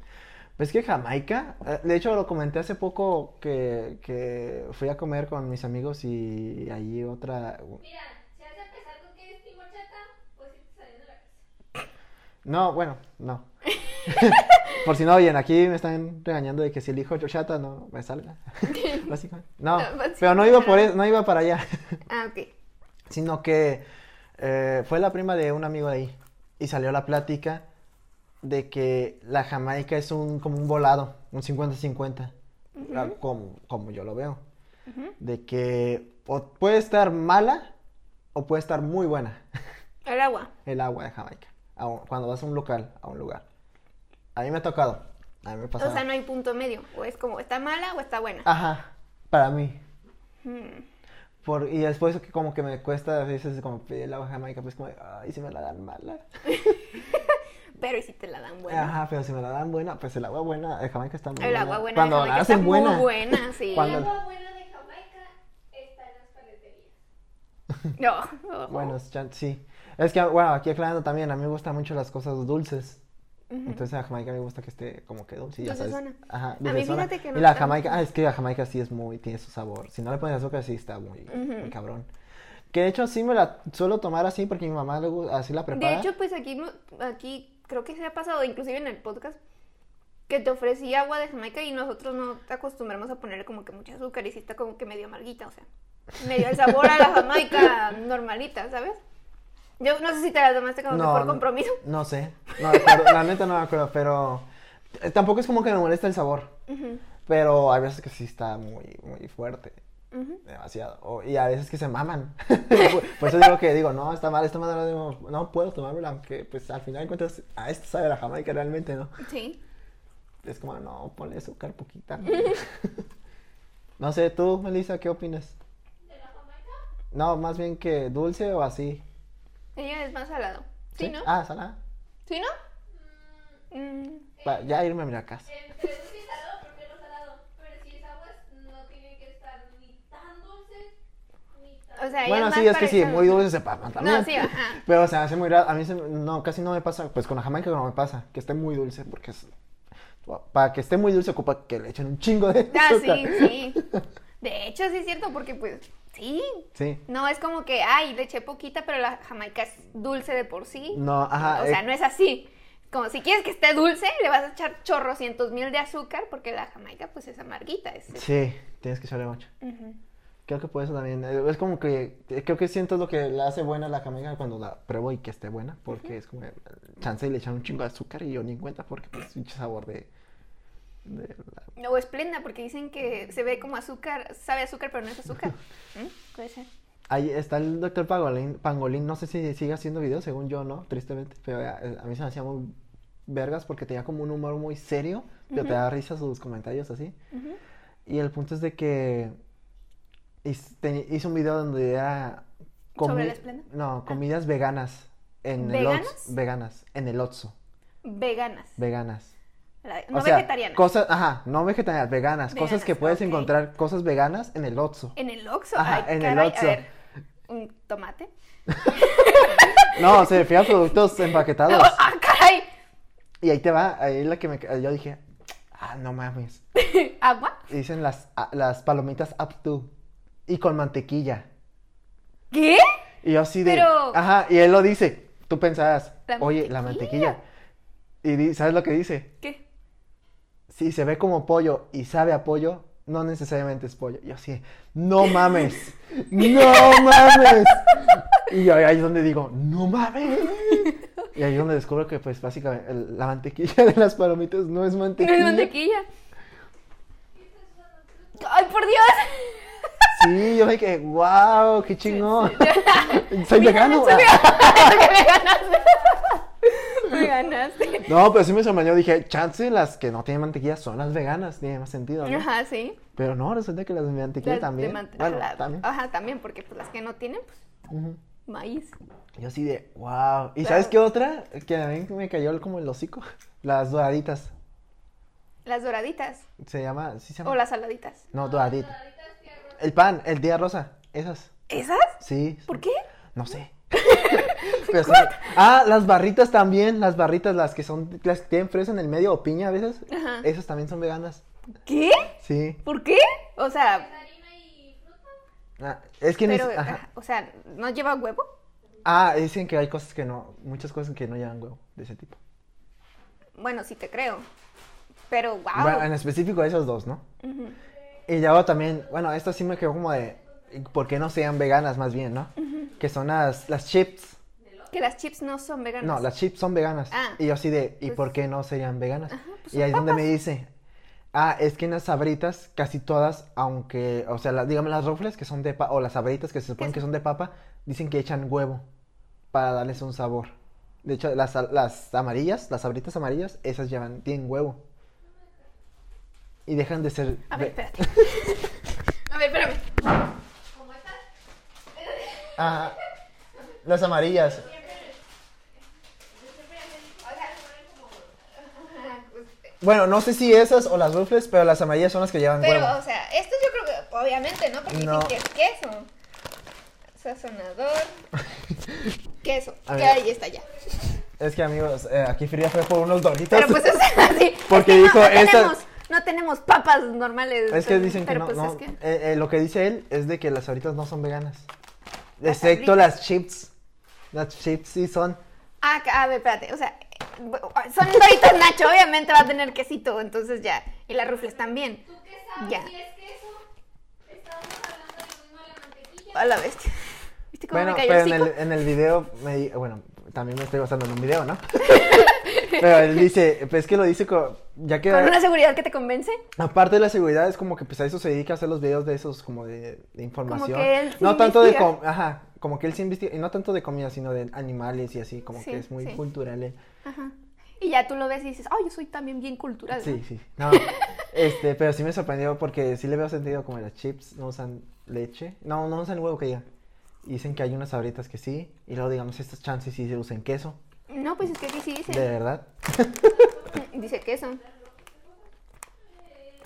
[SPEAKER 1] Pues que Jamaica, eh, de hecho lo comenté hace poco que, que fui a comer con mis amigos y allí otra...
[SPEAKER 3] Mira, si has empezado con que eres Team Horchata, pues irte saliendo de la casa.
[SPEAKER 1] No, bueno, no. *laughs* Por si no oyen, aquí me están regañando de que si elijo chochata no me
[SPEAKER 3] *laughs*
[SPEAKER 1] salga. Básicamente. No,
[SPEAKER 2] No, básicamente.
[SPEAKER 1] pero no iba por eso, no iba para allá.
[SPEAKER 2] Ah, ok.
[SPEAKER 1] sino que eh, fue la prima de un amigo de ahí y salió la plática de que la Jamaica es un como un volado, un 50-50, ah, como, como yo lo veo, de que o puede estar mala o puede estar muy buena *laughs*
[SPEAKER 2] El agua.
[SPEAKER 1] el agua de Jamaica, a un- cuando vas a un local, a un lugar. A mí me ha tocado, a mí me pasa.
[SPEAKER 2] O sea, no hay punto medio. O es como, ¿está mala o está buena?
[SPEAKER 1] Ajá, para mí.
[SPEAKER 2] Mm.
[SPEAKER 1] Por, y después que como que me cuesta a veces como pedir el agua de Jamaica, pues como, ay, si me la dan mala.
[SPEAKER 2] Pero ¿y si te la dan buena?
[SPEAKER 1] Ajá, pero si me la dan buena, pues el agua buena de Jamaica está muy
[SPEAKER 2] El
[SPEAKER 1] buena.
[SPEAKER 2] agua buena
[SPEAKER 1] Cuando
[SPEAKER 2] de
[SPEAKER 1] la
[SPEAKER 2] Jamaica
[SPEAKER 1] hacen
[SPEAKER 2] está
[SPEAKER 1] buena. *laughs*
[SPEAKER 2] muy buena, sí.
[SPEAKER 1] Cuando-
[SPEAKER 3] El agua buena de Jamaica está en las paleterías.
[SPEAKER 2] No. ojo.
[SPEAKER 1] Bueno, es chan- sí. Es que, bueno, aquí aclarando también, a mí me gustan mucho las cosas dulces. Entonces a Jamaica me gusta que esté como que dulce, ya sabes.
[SPEAKER 2] Dulcezona.
[SPEAKER 1] Ajá,
[SPEAKER 2] A mí
[SPEAKER 1] dulcezona.
[SPEAKER 2] fíjate que no
[SPEAKER 1] Y la
[SPEAKER 2] tanto.
[SPEAKER 1] Jamaica, ah, es que la Jamaica sí es muy, tiene su sabor. Si no le pones azúcar, sí está muy, muy cabrón. Que de hecho sí me la suelo tomar así porque mi mamá le gu- así la prepara.
[SPEAKER 2] De hecho, pues aquí, mu- aquí creo que se ha pasado, inclusive en el podcast, que te ofrecí agua de Jamaica y nosotros no te acostumbramos a ponerle como que mucha azúcar y sí está como que medio amarguita, o sea, medio el sabor
[SPEAKER 1] *laughs*
[SPEAKER 2] a la Jamaica normalita, ¿sabes? Yo no sé si te la tomaste como que por compromiso.
[SPEAKER 1] No,
[SPEAKER 2] *laughs*
[SPEAKER 1] sé. No, me acuerdo, la neta no me acuerdo, pero eh, tampoco es como que me molesta el sabor. Pero hay veces que sí está muy, muy fuerte. Demasiado. O- y a veces que se maman. *laughs* por eso digo que digo, no, está mal, está mal, no, no puedo tomármela, aunque pues al final de cuentas, a esto sabe la Jamaica realmente, ¿no?
[SPEAKER 2] Sí.
[SPEAKER 1] Es como, no, ponle azúcar poquita. ¿no? *laughs* No sé, tú, Melissa, ¿qué opinas? No, más bien que dulce o así.
[SPEAKER 2] Ella es más salado. ¿Sí, no?
[SPEAKER 1] Ah, salada.
[SPEAKER 2] ¿Sí, no? Mm,
[SPEAKER 1] Pa- ya irme a mi casa.
[SPEAKER 3] Entre dulce y salado, prefiero salado. Pero si es aguas, no tienen que estar ni tan dulces ni tan.
[SPEAKER 2] o sea, ella
[SPEAKER 1] Bueno,
[SPEAKER 2] es
[SPEAKER 1] sí,
[SPEAKER 2] más
[SPEAKER 1] es que
[SPEAKER 2] para
[SPEAKER 1] sí,
[SPEAKER 2] el
[SPEAKER 1] muy
[SPEAKER 2] salado.
[SPEAKER 1] dulce se pasan también.
[SPEAKER 2] sí, ajá.
[SPEAKER 1] *laughs* Pero se me hace muy raro. A mí se- no, casi no me pasa. Pues con la Jamaica no me pasa. Que esté muy dulce. Porque es- para que esté muy dulce ocupa que le echen un chingo de. *laughs*
[SPEAKER 2] Ah,
[SPEAKER 1] azúcar.
[SPEAKER 2] sí, sí. De hecho, sí es cierto, porque pues, sí.
[SPEAKER 1] Sí.
[SPEAKER 2] No es como que, ay, le eché poquita, pero la jamaica es dulce de por sí.
[SPEAKER 1] No, ajá.
[SPEAKER 2] o
[SPEAKER 1] eh,
[SPEAKER 2] sea, no es así. Como si quieres que esté dulce, le vas a echar chorrocientos mil de azúcar, porque la jamaica, pues, es amarguita. Es...
[SPEAKER 1] Sí, tienes que echarle mucho.
[SPEAKER 2] Ujú.
[SPEAKER 1] Creo que por eso también. eh, Es como que. eh, Creo que siento lo que la hace buena la Jamaica cuando la pruebo y que esté buena. Porque es como. eh, Chance y le echan un chingo de azúcar y yo ni en cuenta porque pues pinche sabor de. de la-
[SPEAKER 2] O esplenda, porque dicen que se ve como azúcar, sabe a azúcar, pero no
[SPEAKER 1] *laughs*
[SPEAKER 2] es azúcar. ¿Mm? Puede ser.
[SPEAKER 1] Ahí está el doctor Pangolín, Pangolín, no sé si sigue haciendo videos, según yo, ¿no? Tristemente, pero a, a mí se me hacía muy vergas porque tenía como un humor muy serio, pero te da risa sus comentarios así. Y el punto es de que hiz- te- hizo un video donde era...
[SPEAKER 2] ¿Sobre
[SPEAKER 1] comi-
[SPEAKER 2] la Esplenda? Ah.
[SPEAKER 1] No, comidas veganas en el
[SPEAKER 2] ¿Veganas?
[SPEAKER 1] Ots- Veganas, en el Otso,
[SPEAKER 2] Veganas.
[SPEAKER 1] veganas.
[SPEAKER 2] La-
[SPEAKER 1] O
[SPEAKER 2] no
[SPEAKER 1] sea,
[SPEAKER 2] vegetarianas.
[SPEAKER 1] Cosas, ajá, no vegetarianas, veganas, cosas
[SPEAKER 2] Veganas,
[SPEAKER 1] que puedes
[SPEAKER 2] ok.
[SPEAKER 1] encontrar, cosas veganas en el Otso.
[SPEAKER 2] *laughs* En el Oxxo.
[SPEAKER 1] Ajá,
[SPEAKER 2] ay,
[SPEAKER 1] en el
[SPEAKER 2] caray,
[SPEAKER 1] Oxxo.
[SPEAKER 2] A ver, un tomate.
[SPEAKER 1] No, se refiere a productos empaquetados.
[SPEAKER 2] *laughs* ¡Ah, caray!
[SPEAKER 1] Y ahí te va, ahí es la que me... Yo dije, ah, no mames.
[SPEAKER 2] ¿Agua?
[SPEAKER 1] Dicen las, a- las palomitas Abdu y con mantequilla.
[SPEAKER 2] ¿Qué?
[SPEAKER 1] Y yo así de...
[SPEAKER 2] Pero-
[SPEAKER 1] Ajá, y él lo dice. Tú pensabas,
[SPEAKER 2] La
[SPEAKER 1] oye, la mantequilla. Y di- ¿sabes lo que dice?
[SPEAKER 2] ¿Qué?
[SPEAKER 1] Si se ve como pollo y sabe a pollo, no necesariamente es pollo. Yo así, de, no mames. ¡No mames! Y yo ahí es donde digo, ¡No mames! Y ahí es donde descubro que, pues, básicamente, el- la mantequilla de las palomitas no es
[SPEAKER 2] No
[SPEAKER 1] mantequilla.
[SPEAKER 2] es mantequilla. ¡Ay, por Dios!
[SPEAKER 1] Sí, yo me quedé, wow, qué
[SPEAKER 2] *laughs*
[SPEAKER 1] chingón. Soy vegano. *laughs*
[SPEAKER 2] Me ganaste.
[SPEAKER 1] No, pero sí me sorprendió. Dije, chance las que no tienen mantequilla son las veganas. Tiene más sentido, ¿no?
[SPEAKER 2] Ajá, sí.
[SPEAKER 1] Pero no, resulta que las de mantequilla
[SPEAKER 2] Las de
[SPEAKER 1] también.
[SPEAKER 2] mante-
[SPEAKER 1] bueno,
[SPEAKER 2] la-
[SPEAKER 1] también.
[SPEAKER 2] Ajá, también, porque pues, las que no tienen, pues,
[SPEAKER 1] Ujú.
[SPEAKER 2] maíz.
[SPEAKER 1] Yo así de, wow. ¿Y
[SPEAKER 2] Claro.
[SPEAKER 1] sabes qué otra? Que a mí me cayó el- como el hocico. Las doraditas.
[SPEAKER 2] Las doraditas
[SPEAKER 1] Se llama, ¿sí se llama?
[SPEAKER 2] o las saladitas.
[SPEAKER 1] No, doradita. El pan, el día rosa, esas.
[SPEAKER 2] ¿Esas?
[SPEAKER 1] Sí.
[SPEAKER 2] ¿Por qué?
[SPEAKER 1] No
[SPEAKER 2] *laughs*
[SPEAKER 1] sé. Pero sí. Ah, las barritas también, las barritas, las que son, las que tienen fresa en el medio o piña a veces,
[SPEAKER 2] Ajá.
[SPEAKER 1] esas también son veganas.
[SPEAKER 2] ¿Qué?
[SPEAKER 1] Sí.
[SPEAKER 2] ¿Por qué? O sea,
[SPEAKER 1] Ah, es que ni
[SPEAKER 2] pero,
[SPEAKER 1] si- ajá.
[SPEAKER 2] ajá, o sea, ¿no lleva huevo?
[SPEAKER 1] Ah, dicen que hay cosas que no, muchas cosas que no llevan huevo de ese tipo.
[SPEAKER 2] Bueno, sí te creo. Pero, wow.
[SPEAKER 1] Bueno, en específico esos dos, ¿no?
[SPEAKER 2] Ujú.
[SPEAKER 1] Y luego también, bueno, esto sí me quedó como de, ¿por qué no sean veganas más bien, no? Que son las, las chips.
[SPEAKER 2] Que las chips no son veganas.
[SPEAKER 1] No, las chips son veganas.
[SPEAKER 2] Ah.
[SPEAKER 1] y yo así de, ¿y
[SPEAKER 2] Pues-
[SPEAKER 1] por qué no serían veganas?
[SPEAKER 2] pues
[SPEAKER 1] y
[SPEAKER 2] son
[SPEAKER 1] ahí es donde me dice, ah, es que en las sabritas, casi todas, aunque, o sea, las- dígame las rufles que son de papa, o las sabritas que se suponen que son de papa, dicen que echan huevo para darles un sabor. De hecho, las, las amarillas, las sabritas amarillas, esas llevan, tienen huevo. Y dejan de ser...
[SPEAKER 2] A ver,
[SPEAKER 1] ve-
[SPEAKER 2] espérate.
[SPEAKER 3] A ver, espérame.
[SPEAKER 1] *laughs* Ah, las amarillas. Bueno, no sé si esas o las rufles, pero las amarillas son las que llevan
[SPEAKER 2] Pero,
[SPEAKER 1] huevo.
[SPEAKER 2] o sea, esto yo creo que, obviamente, ¿no? Porque
[SPEAKER 1] No.
[SPEAKER 2] dicen que es queso.
[SPEAKER 1] *laughs*
[SPEAKER 2] Sazonador. queso.
[SPEAKER 1] A
[SPEAKER 2] Que
[SPEAKER 1] ver.
[SPEAKER 2] ahí está ya.
[SPEAKER 1] Es que amigos, eh, aquí Frida fue por unos doritos.
[SPEAKER 2] Pero pues es así.
[SPEAKER 1] Porque
[SPEAKER 2] es
[SPEAKER 1] dijo,
[SPEAKER 2] que no, no
[SPEAKER 1] "Esta-
[SPEAKER 2] tenemos, no tenemos papas normales.
[SPEAKER 1] *laughs* Es que
[SPEAKER 2] pero-
[SPEAKER 1] dicen que
[SPEAKER 2] pero
[SPEAKER 1] no,
[SPEAKER 2] pues
[SPEAKER 1] no.
[SPEAKER 2] es que-
[SPEAKER 1] eh, eh, lo que dice él es de que las sabritas no son veganas.
[SPEAKER 2] Las
[SPEAKER 1] Excepto
[SPEAKER 2] Sabritas.
[SPEAKER 1] las chips. Las chips sí son.
[SPEAKER 2] Ah, ca- a ver, espérate. O sea, eh, bu- son doritos Nacho, obviamente va a tener quesito, entonces ya. Y las rufles también.
[SPEAKER 5] ¿Tú qué sabes
[SPEAKER 2] Ya.
[SPEAKER 5] si es queso? Estábamos hablando de lo mismo de la mantequilla.
[SPEAKER 2] A la bestia. ¿Viste cómo
[SPEAKER 1] Bueno,
[SPEAKER 2] me cayó
[SPEAKER 1] pero
[SPEAKER 2] el
[SPEAKER 1] en el,
[SPEAKER 2] hocico?
[SPEAKER 1] en el video me di- bueno, también me estoy basando en un video,
[SPEAKER 2] *laughs*
[SPEAKER 1] ¿no? pero él dice, pues es que lo dice co- ya que
[SPEAKER 2] Con una seguridad que te convence.
[SPEAKER 1] aparte de la seguridad es como que pues a eso se dedica a hacer los videos de esos como de, de información.
[SPEAKER 2] que él sí
[SPEAKER 1] no tanto de
[SPEAKER 2] investiga.
[SPEAKER 1] com- ajá, como que él se investiga y no tanto de comida, sino de animales y así, como
[SPEAKER 2] Sí,
[SPEAKER 1] que es muy
[SPEAKER 2] sí.
[SPEAKER 1] cultural. él.
[SPEAKER 2] Ajá. Y ya tú lo ves y dices, ay, yo soy también bien cultural. ¿no?
[SPEAKER 1] Sí, sí.
[SPEAKER 2] *laughs*
[SPEAKER 1] No, este, pero sí me sorprendió porque sí le veo sentido como las chips no usan leche. No, no usan huevo que digan. Y Dicen que hay unas sabritas que sí. Y luego digamos estas chances sí se usan queso.
[SPEAKER 2] No, pues es que aquí sí dice.
[SPEAKER 1] De verdad.
[SPEAKER 2] Dice queso.
[SPEAKER 5] Eh,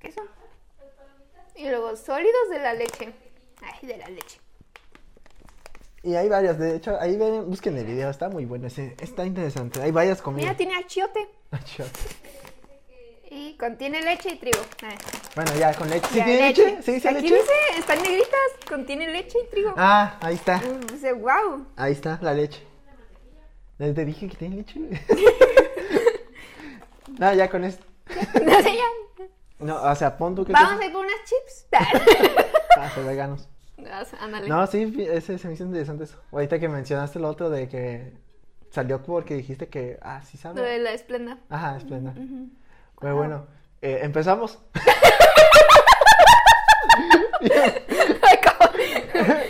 [SPEAKER 2] Queso. Y luego sólidos de la leche. Ay, de la leche.
[SPEAKER 1] Y hay varias, de hecho, ahí ven, busquen el video, está muy bueno, ese, está interesante. Hay varias
[SPEAKER 2] Mira,
[SPEAKER 1] comidas. *laughs*
[SPEAKER 2] tiene achiote.
[SPEAKER 1] Chido.
[SPEAKER 2] Y contiene leche y trigo. Ay,
[SPEAKER 1] bueno, ya, con leche. ¿Sí
[SPEAKER 2] ya,
[SPEAKER 1] tiene leche? ¿Sí, sí,
[SPEAKER 2] Aquí
[SPEAKER 1] leche?
[SPEAKER 2] dice, están negritas. Contiene leche y trigo.
[SPEAKER 1] Ah, ahí está.
[SPEAKER 2] Uy, Dice, wow.
[SPEAKER 1] Ahí está, la leche. ¿Ya ¿Te dije que tiene
[SPEAKER 2] *laughs*
[SPEAKER 1] leche? *laughs* no, ya con esto.
[SPEAKER 2] *laughs*
[SPEAKER 1] *laughs*
[SPEAKER 2] No sé, ya.
[SPEAKER 1] No, o sea, pon tú que...
[SPEAKER 2] Vamos a ir por unas chips. *laughs*
[SPEAKER 1] Ah, son veganos.
[SPEAKER 2] Vas, Ándale.
[SPEAKER 1] No, sí, fi- ese se me hizo interesante eso. Ahorita que mencionaste lo otro de que salió porque dijiste que, ah, sí
[SPEAKER 2] Lo de
[SPEAKER 1] sabe. *laughs*
[SPEAKER 2] la esplenda. *laughs*
[SPEAKER 1] Ajá, esplenda. Pero bueno, eh, empezamos.
[SPEAKER 2] Ay, ¿cómo? *laughs*